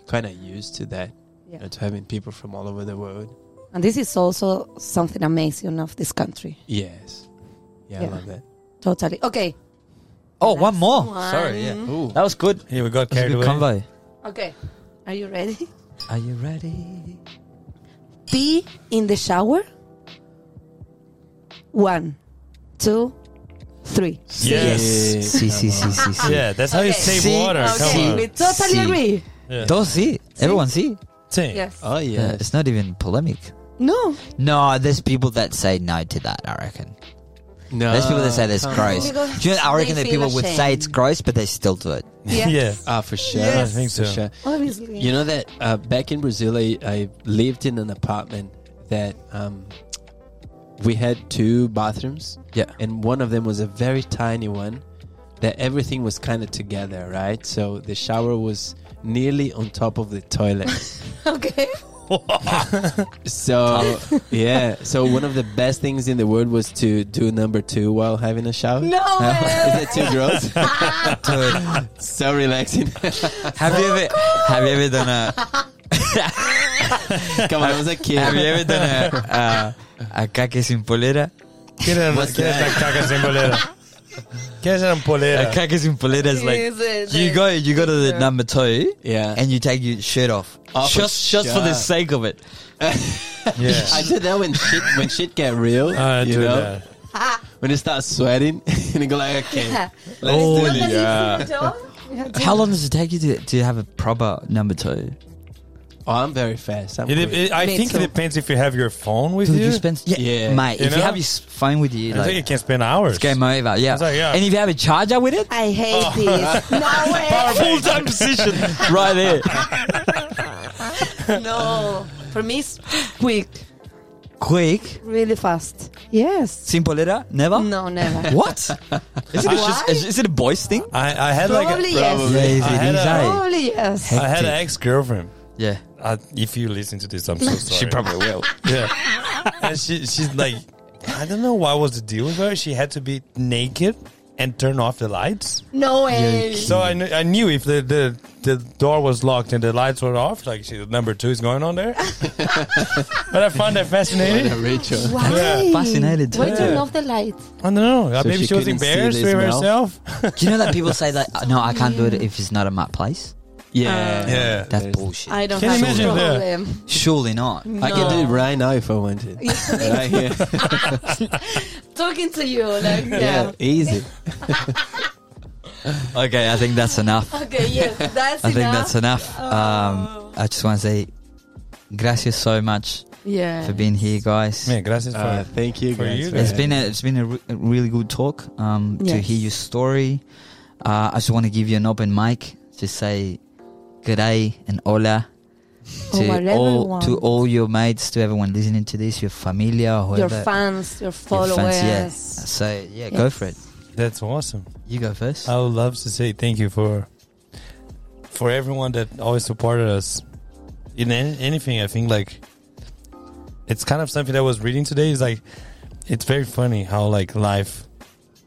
Speaker 4: kind of used to that, you know,
Speaker 2: Yeah.
Speaker 4: to having people from all over the world.
Speaker 2: And this is also something amazing of this country.
Speaker 4: Yes, yeah, I
Speaker 2: Yeah.
Speaker 4: love that.
Speaker 2: Totally. Okay.
Speaker 1: oh, one
Speaker 2: Last
Speaker 1: more.
Speaker 2: one.
Speaker 1: Sorry, yeah,
Speaker 4: Ooh,
Speaker 1: that was good.
Speaker 3: here we got
Speaker 1: That's a
Speaker 3: carried
Speaker 1: good
Speaker 3: away.
Speaker 1: combo.
Speaker 2: Okay. Are you ready?
Speaker 1: Are you ready?
Speaker 2: Pee in the shower. One, two, three.
Speaker 3: Yes.
Speaker 1: Sí, sí, sí, sí, sí.
Speaker 3: Yeah, that's how you
Speaker 2: Okay.
Speaker 3: save
Speaker 1: See?
Speaker 3: water.
Speaker 1: Ah, Okay.
Speaker 3: Come on.
Speaker 2: We totally
Speaker 1: Sí.
Speaker 2: agree.
Speaker 3: Yeah.
Speaker 1: Todos sí. Everyone sí.
Speaker 3: Same.
Speaker 2: Yes.
Speaker 4: Oh
Speaker 1: Yeah,
Speaker 4: yes,
Speaker 1: it's not even polemic.
Speaker 2: No.
Speaker 1: No, there's people that say no to that, I reckon.
Speaker 4: no,
Speaker 1: There's people that say that's
Speaker 4: come
Speaker 1: gross.
Speaker 4: on.
Speaker 2: Because
Speaker 1: Do you know, I
Speaker 2: they
Speaker 1: reckon that
Speaker 2: feel
Speaker 1: people would say it's
Speaker 2: ashamed.
Speaker 1: gross, but they still do it.
Speaker 2: Yes.
Speaker 4: Ah, for sure.
Speaker 3: Yes. I think
Speaker 4: For
Speaker 3: so.
Speaker 4: sure.
Speaker 2: Obviously.
Speaker 4: You know that uh, back in Brazil, I, I lived in an apartment that um, we had two bathrooms.
Speaker 1: Yeah.
Speaker 4: And one of them was a very tiny one that everything was kind of together, right? So the shower was nearly on top of the toilet.
Speaker 2: okay.
Speaker 4: so, yeah. So one of the best things in the world was to do number two while having a shower.
Speaker 2: No way.
Speaker 4: Is that too gross?
Speaker 1: Dude,
Speaker 4: so relaxing.
Speaker 1: have you ever have you ever done a
Speaker 4: Come on, I was a kid.
Speaker 1: have you ever done a uh, a caca sin polera?
Speaker 3: ¿Quién es la- quién es la caca sin polera? ¿Quién es la
Speaker 1: A
Speaker 3: polera?
Speaker 1: caca sin polera is like you go you go to the number two
Speaker 4: Yeah.
Speaker 1: and you take your shirt off
Speaker 4: Oh, for
Speaker 1: just just for the
Speaker 4: sure.
Speaker 1: sake of it.
Speaker 3: Yeah.
Speaker 4: I do that when shit when shit get real.
Speaker 3: I
Speaker 4: you
Speaker 3: Ah, do
Speaker 4: know,
Speaker 3: that.
Speaker 4: when you start sweating and you go like, okay,
Speaker 2: Yeah.
Speaker 4: let's
Speaker 2: It's
Speaker 4: do
Speaker 3: Oh,
Speaker 2: not
Speaker 4: this.
Speaker 2: that easy, John.
Speaker 1: How long does it take you to, to have a proper number two?
Speaker 4: Oh, I'm very fast. I'm
Speaker 3: It,
Speaker 4: quick.
Speaker 3: it- I
Speaker 2: Me
Speaker 3: think
Speaker 2: too.
Speaker 3: it depends if you have your phone with
Speaker 1: Dude,
Speaker 3: you.
Speaker 1: you spend yeah,
Speaker 4: Yeah.
Speaker 1: mate.
Speaker 3: You
Speaker 1: if you
Speaker 3: know?
Speaker 1: have your s- phone with you,
Speaker 3: I
Speaker 1: like
Speaker 3: think you can spend hours.
Speaker 1: it's game over. Yeah.
Speaker 3: It's like, yeah.
Speaker 1: and if you have a charger with it,
Speaker 2: I hate this. No way.
Speaker 3: Full time
Speaker 1: position right there.
Speaker 2: No. For me, it's quick,
Speaker 1: Quick,
Speaker 2: really fast. Yes.
Speaker 1: simple letter, never.
Speaker 2: No, never.
Speaker 1: What? Is it, a-
Speaker 2: Why?
Speaker 1: is, is it a boys thing?
Speaker 3: I, I had like a,
Speaker 2: Probably yes.
Speaker 1: Crazy
Speaker 3: I had
Speaker 1: things,
Speaker 3: a-
Speaker 1: eh?
Speaker 2: Probably yes.
Speaker 3: I had an
Speaker 1: Hectic.
Speaker 3: ex girlfriend.
Speaker 1: Yeah.
Speaker 3: I, if you listen to this, I'm so sorry.
Speaker 1: She probably will.
Speaker 3: yeah. And she she's like, I don't know what was the deal with her. She had to be naked and turn off the lights.
Speaker 2: No way.
Speaker 3: So I, kn- I knew if the, the the door was locked and the lights were off, like she, number two is going on there. but I found that fascinating.
Speaker 4: Yeah, Rachel.
Speaker 2: Why?
Speaker 3: Yeah.
Speaker 1: Fascinated.
Speaker 2: Why turn
Speaker 3: Yeah.
Speaker 2: off the light?
Speaker 3: I don't know.
Speaker 4: So
Speaker 3: Maybe she,
Speaker 4: she
Speaker 3: was
Speaker 4: couldn't see
Speaker 3: embarrassed
Speaker 4: this
Speaker 3: with
Speaker 4: mouth?
Speaker 3: herself.
Speaker 1: Do you know that people say that? "Uh, No, I can't do it if it's not at my place. Ah.
Speaker 4: Yeah.
Speaker 3: Yeah.
Speaker 1: That's
Speaker 4: There's-
Speaker 1: bullshit.
Speaker 2: I don't
Speaker 3: Can you
Speaker 2: have a
Speaker 3: imagine that?
Speaker 2: problem.
Speaker 1: Surely not.
Speaker 4: I can do it right now if I wanted. right here.
Speaker 2: Talking to you, like
Speaker 4: Yeah.
Speaker 2: yeah.
Speaker 4: Easy.
Speaker 1: Okay, I think that's enough.
Speaker 2: Okay, yes, that's
Speaker 1: I think
Speaker 2: enough.
Speaker 1: that's enough. Um, I just want to say, gracias so much
Speaker 2: yeah.
Speaker 1: for being here, guys.
Speaker 3: Man, gracias for
Speaker 4: Uh, thank you
Speaker 3: For
Speaker 4: guys.
Speaker 3: you
Speaker 4: for
Speaker 1: It's
Speaker 3: guys.
Speaker 4: having
Speaker 1: been
Speaker 4: me.
Speaker 1: a, it's been a, re- a really good talk. Um, to
Speaker 2: Yes.
Speaker 1: hear your story, uh, I just want to give you an open mic to say good day and hola
Speaker 2: Or
Speaker 1: to
Speaker 2: whatever you
Speaker 1: all
Speaker 2: want.
Speaker 1: to all your mates, to everyone listening to this, your familia, whoever,
Speaker 2: your fans, your
Speaker 1: your
Speaker 2: followers.
Speaker 1: fans, yeah. So yeah, go
Speaker 2: Yes.
Speaker 1: for it.
Speaker 3: That's awesome.
Speaker 1: You go first.
Speaker 3: I would love to say thank you for for everyone that always supported us in an anything. I think like it's kind of something that I was reading today. Is like it's very funny how like life,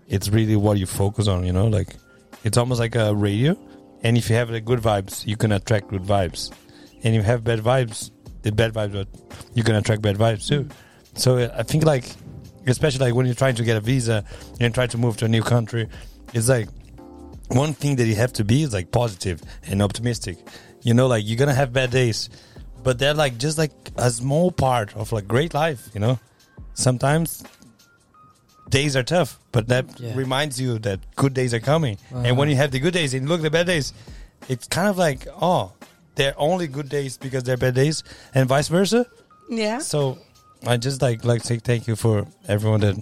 Speaker 3: it's really what you focus on. You know, like it's almost like a radio, and if you have like good vibes, you can attract good vibes, and if you have bad vibes, the bad vibes are, you can attract bad vibes too. So uh, I think like especially like when you're trying to get a visa and try to move to a new country, it's like one thing that you have to be is like positive and optimistic. You know, like you're gonna have bad days, but they're like just like a small part of like great life. You know, sometimes days are tough, but that
Speaker 4: Yeah.
Speaker 3: reminds you that good days are coming. And when you have the good days and look at the bad days, it's kind of like oh, they're only good days because they're bad days, and vice versa.
Speaker 2: Yeah.
Speaker 3: So I just like like to say thank you for everyone that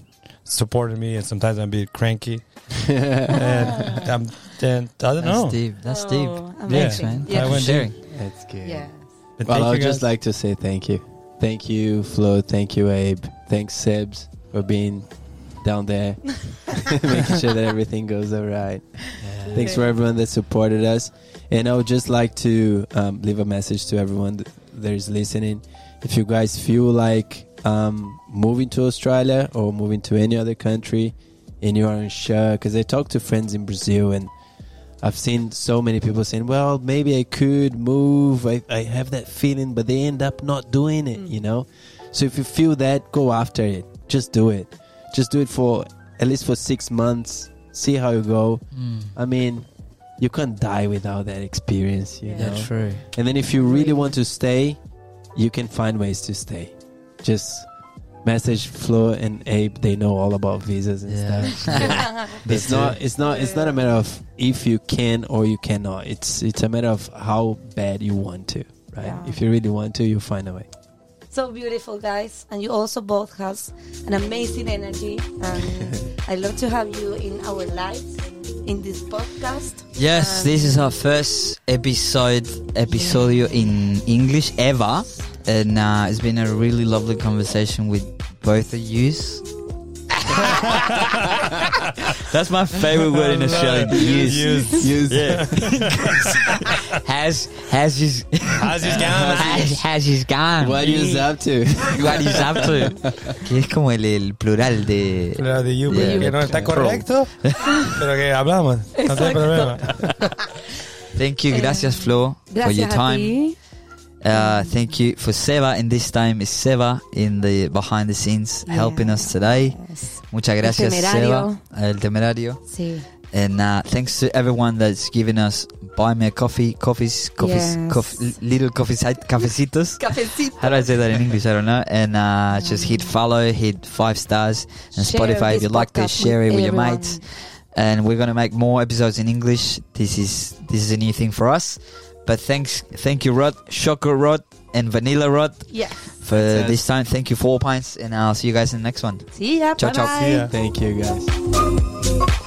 Speaker 3: supported me and sometimes I'm a bit cranky. and I'm then I
Speaker 1: that's
Speaker 3: don't know.
Speaker 1: deep. That's
Speaker 2: Oh,
Speaker 1: deep.
Speaker 2: amazing.
Speaker 1: Thanks, man.
Speaker 2: Yeah.
Speaker 1: Thanks
Speaker 3: I
Speaker 1: for
Speaker 3: went deep.
Speaker 1: sharing.
Speaker 4: That's good.
Speaker 2: Yeah.
Speaker 3: But
Speaker 4: Well, I
Speaker 3: thank
Speaker 4: would
Speaker 3: you guys.
Speaker 4: just like to say thank you. Thank you, Flo. Thank you, Abe. Thanks, Sebs, for being down there, making sure that everything goes all right. Thanks for everyone that supported us. And I would just like to um, leave a message to everyone th- that is listening. If you guys feel like um, moving to Australia or moving to any other country and you are unsure, because I talk to friends in Brazil and I've seen so many people saying, well, maybe I could move. I, I have that feeling, but they end up not doing it, you know? So if you feel that, go after it. Just do it. Just do it for at least for six months. See how you go.
Speaker 3: Mm.
Speaker 4: I mean, you can't die without that experience, you
Speaker 2: Yeah.
Speaker 4: know?
Speaker 1: true.
Speaker 4: And then if you really want to stay, you can find ways to stay. Just message Flo and Abe. They know all about visas and
Speaker 1: Yeah.
Speaker 4: stuff. Yeah. it's not. It's not. It's not a matter of if you can or you cannot. It's. It's a matter of how bad you want to. Right.
Speaker 2: Yeah.
Speaker 4: If you really want to, you find a way.
Speaker 2: So beautiful, guys, and you also both have an amazing energy, and I love to have you in our lives, in this podcast.
Speaker 1: Yes,
Speaker 2: Um,
Speaker 1: this is our first episode episodio in English ever, and uh, it's been a really lovely conversation with both of yous. That's my favorite word in
Speaker 3: I love
Speaker 1: Australian.
Speaker 3: it.
Speaker 1: Yous.
Speaker 3: Yous.
Speaker 1: Yous.
Speaker 3: Yeah.
Speaker 1: Has has his
Speaker 3: How's this going?
Speaker 1: has, has his gone.
Speaker 4: What are you up to?
Speaker 1: What is up to? Que es como el, el plural de.
Speaker 3: Claro, de you,
Speaker 1: Yeah.
Speaker 3: que no está correcto, pero que hablamos. No hay problema.
Speaker 1: Thank you, gracias Flo for your
Speaker 2: Gracias a
Speaker 1: time.
Speaker 2: ti.
Speaker 1: Uh, thank you for Seva, and this time is Seva in the behind the scenes helping us today.
Speaker 2: Yes.
Speaker 1: Muchas gracias,
Speaker 2: temerario.
Speaker 1: Seva, el temerario.
Speaker 2: Sí.
Speaker 1: And uh, thanks to everyone that's given us buy me a coffee, coffees, coffees,
Speaker 2: Yes.
Speaker 1: coff- little coffees, cafecitos.
Speaker 2: Cafecito.
Speaker 1: How do I say that in English? I don't know. And uh, just hit follow, hit five stars, and
Speaker 2: Share
Speaker 1: Spotify if
Speaker 2: this
Speaker 1: you like
Speaker 2: podcast
Speaker 1: this, share it
Speaker 2: with
Speaker 1: with your
Speaker 2: everyone.
Speaker 1: mates. and we're gonna make more episodes in English. This is this is a new thing for us. But thanks, thank you, Rod, Choco Rod, and Vanilla Rod
Speaker 2: Yes.
Speaker 1: for
Speaker 4: That's it.
Speaker 1: this time. Thank you for all pints, and I'll see you guys in the next one.
Speaker 2: See ya.
Speaker 1: Ciao, ciao.
Speaker 2: bye-bye.
Speaker 3: See ya.
Speaker 4: Thank you, guys.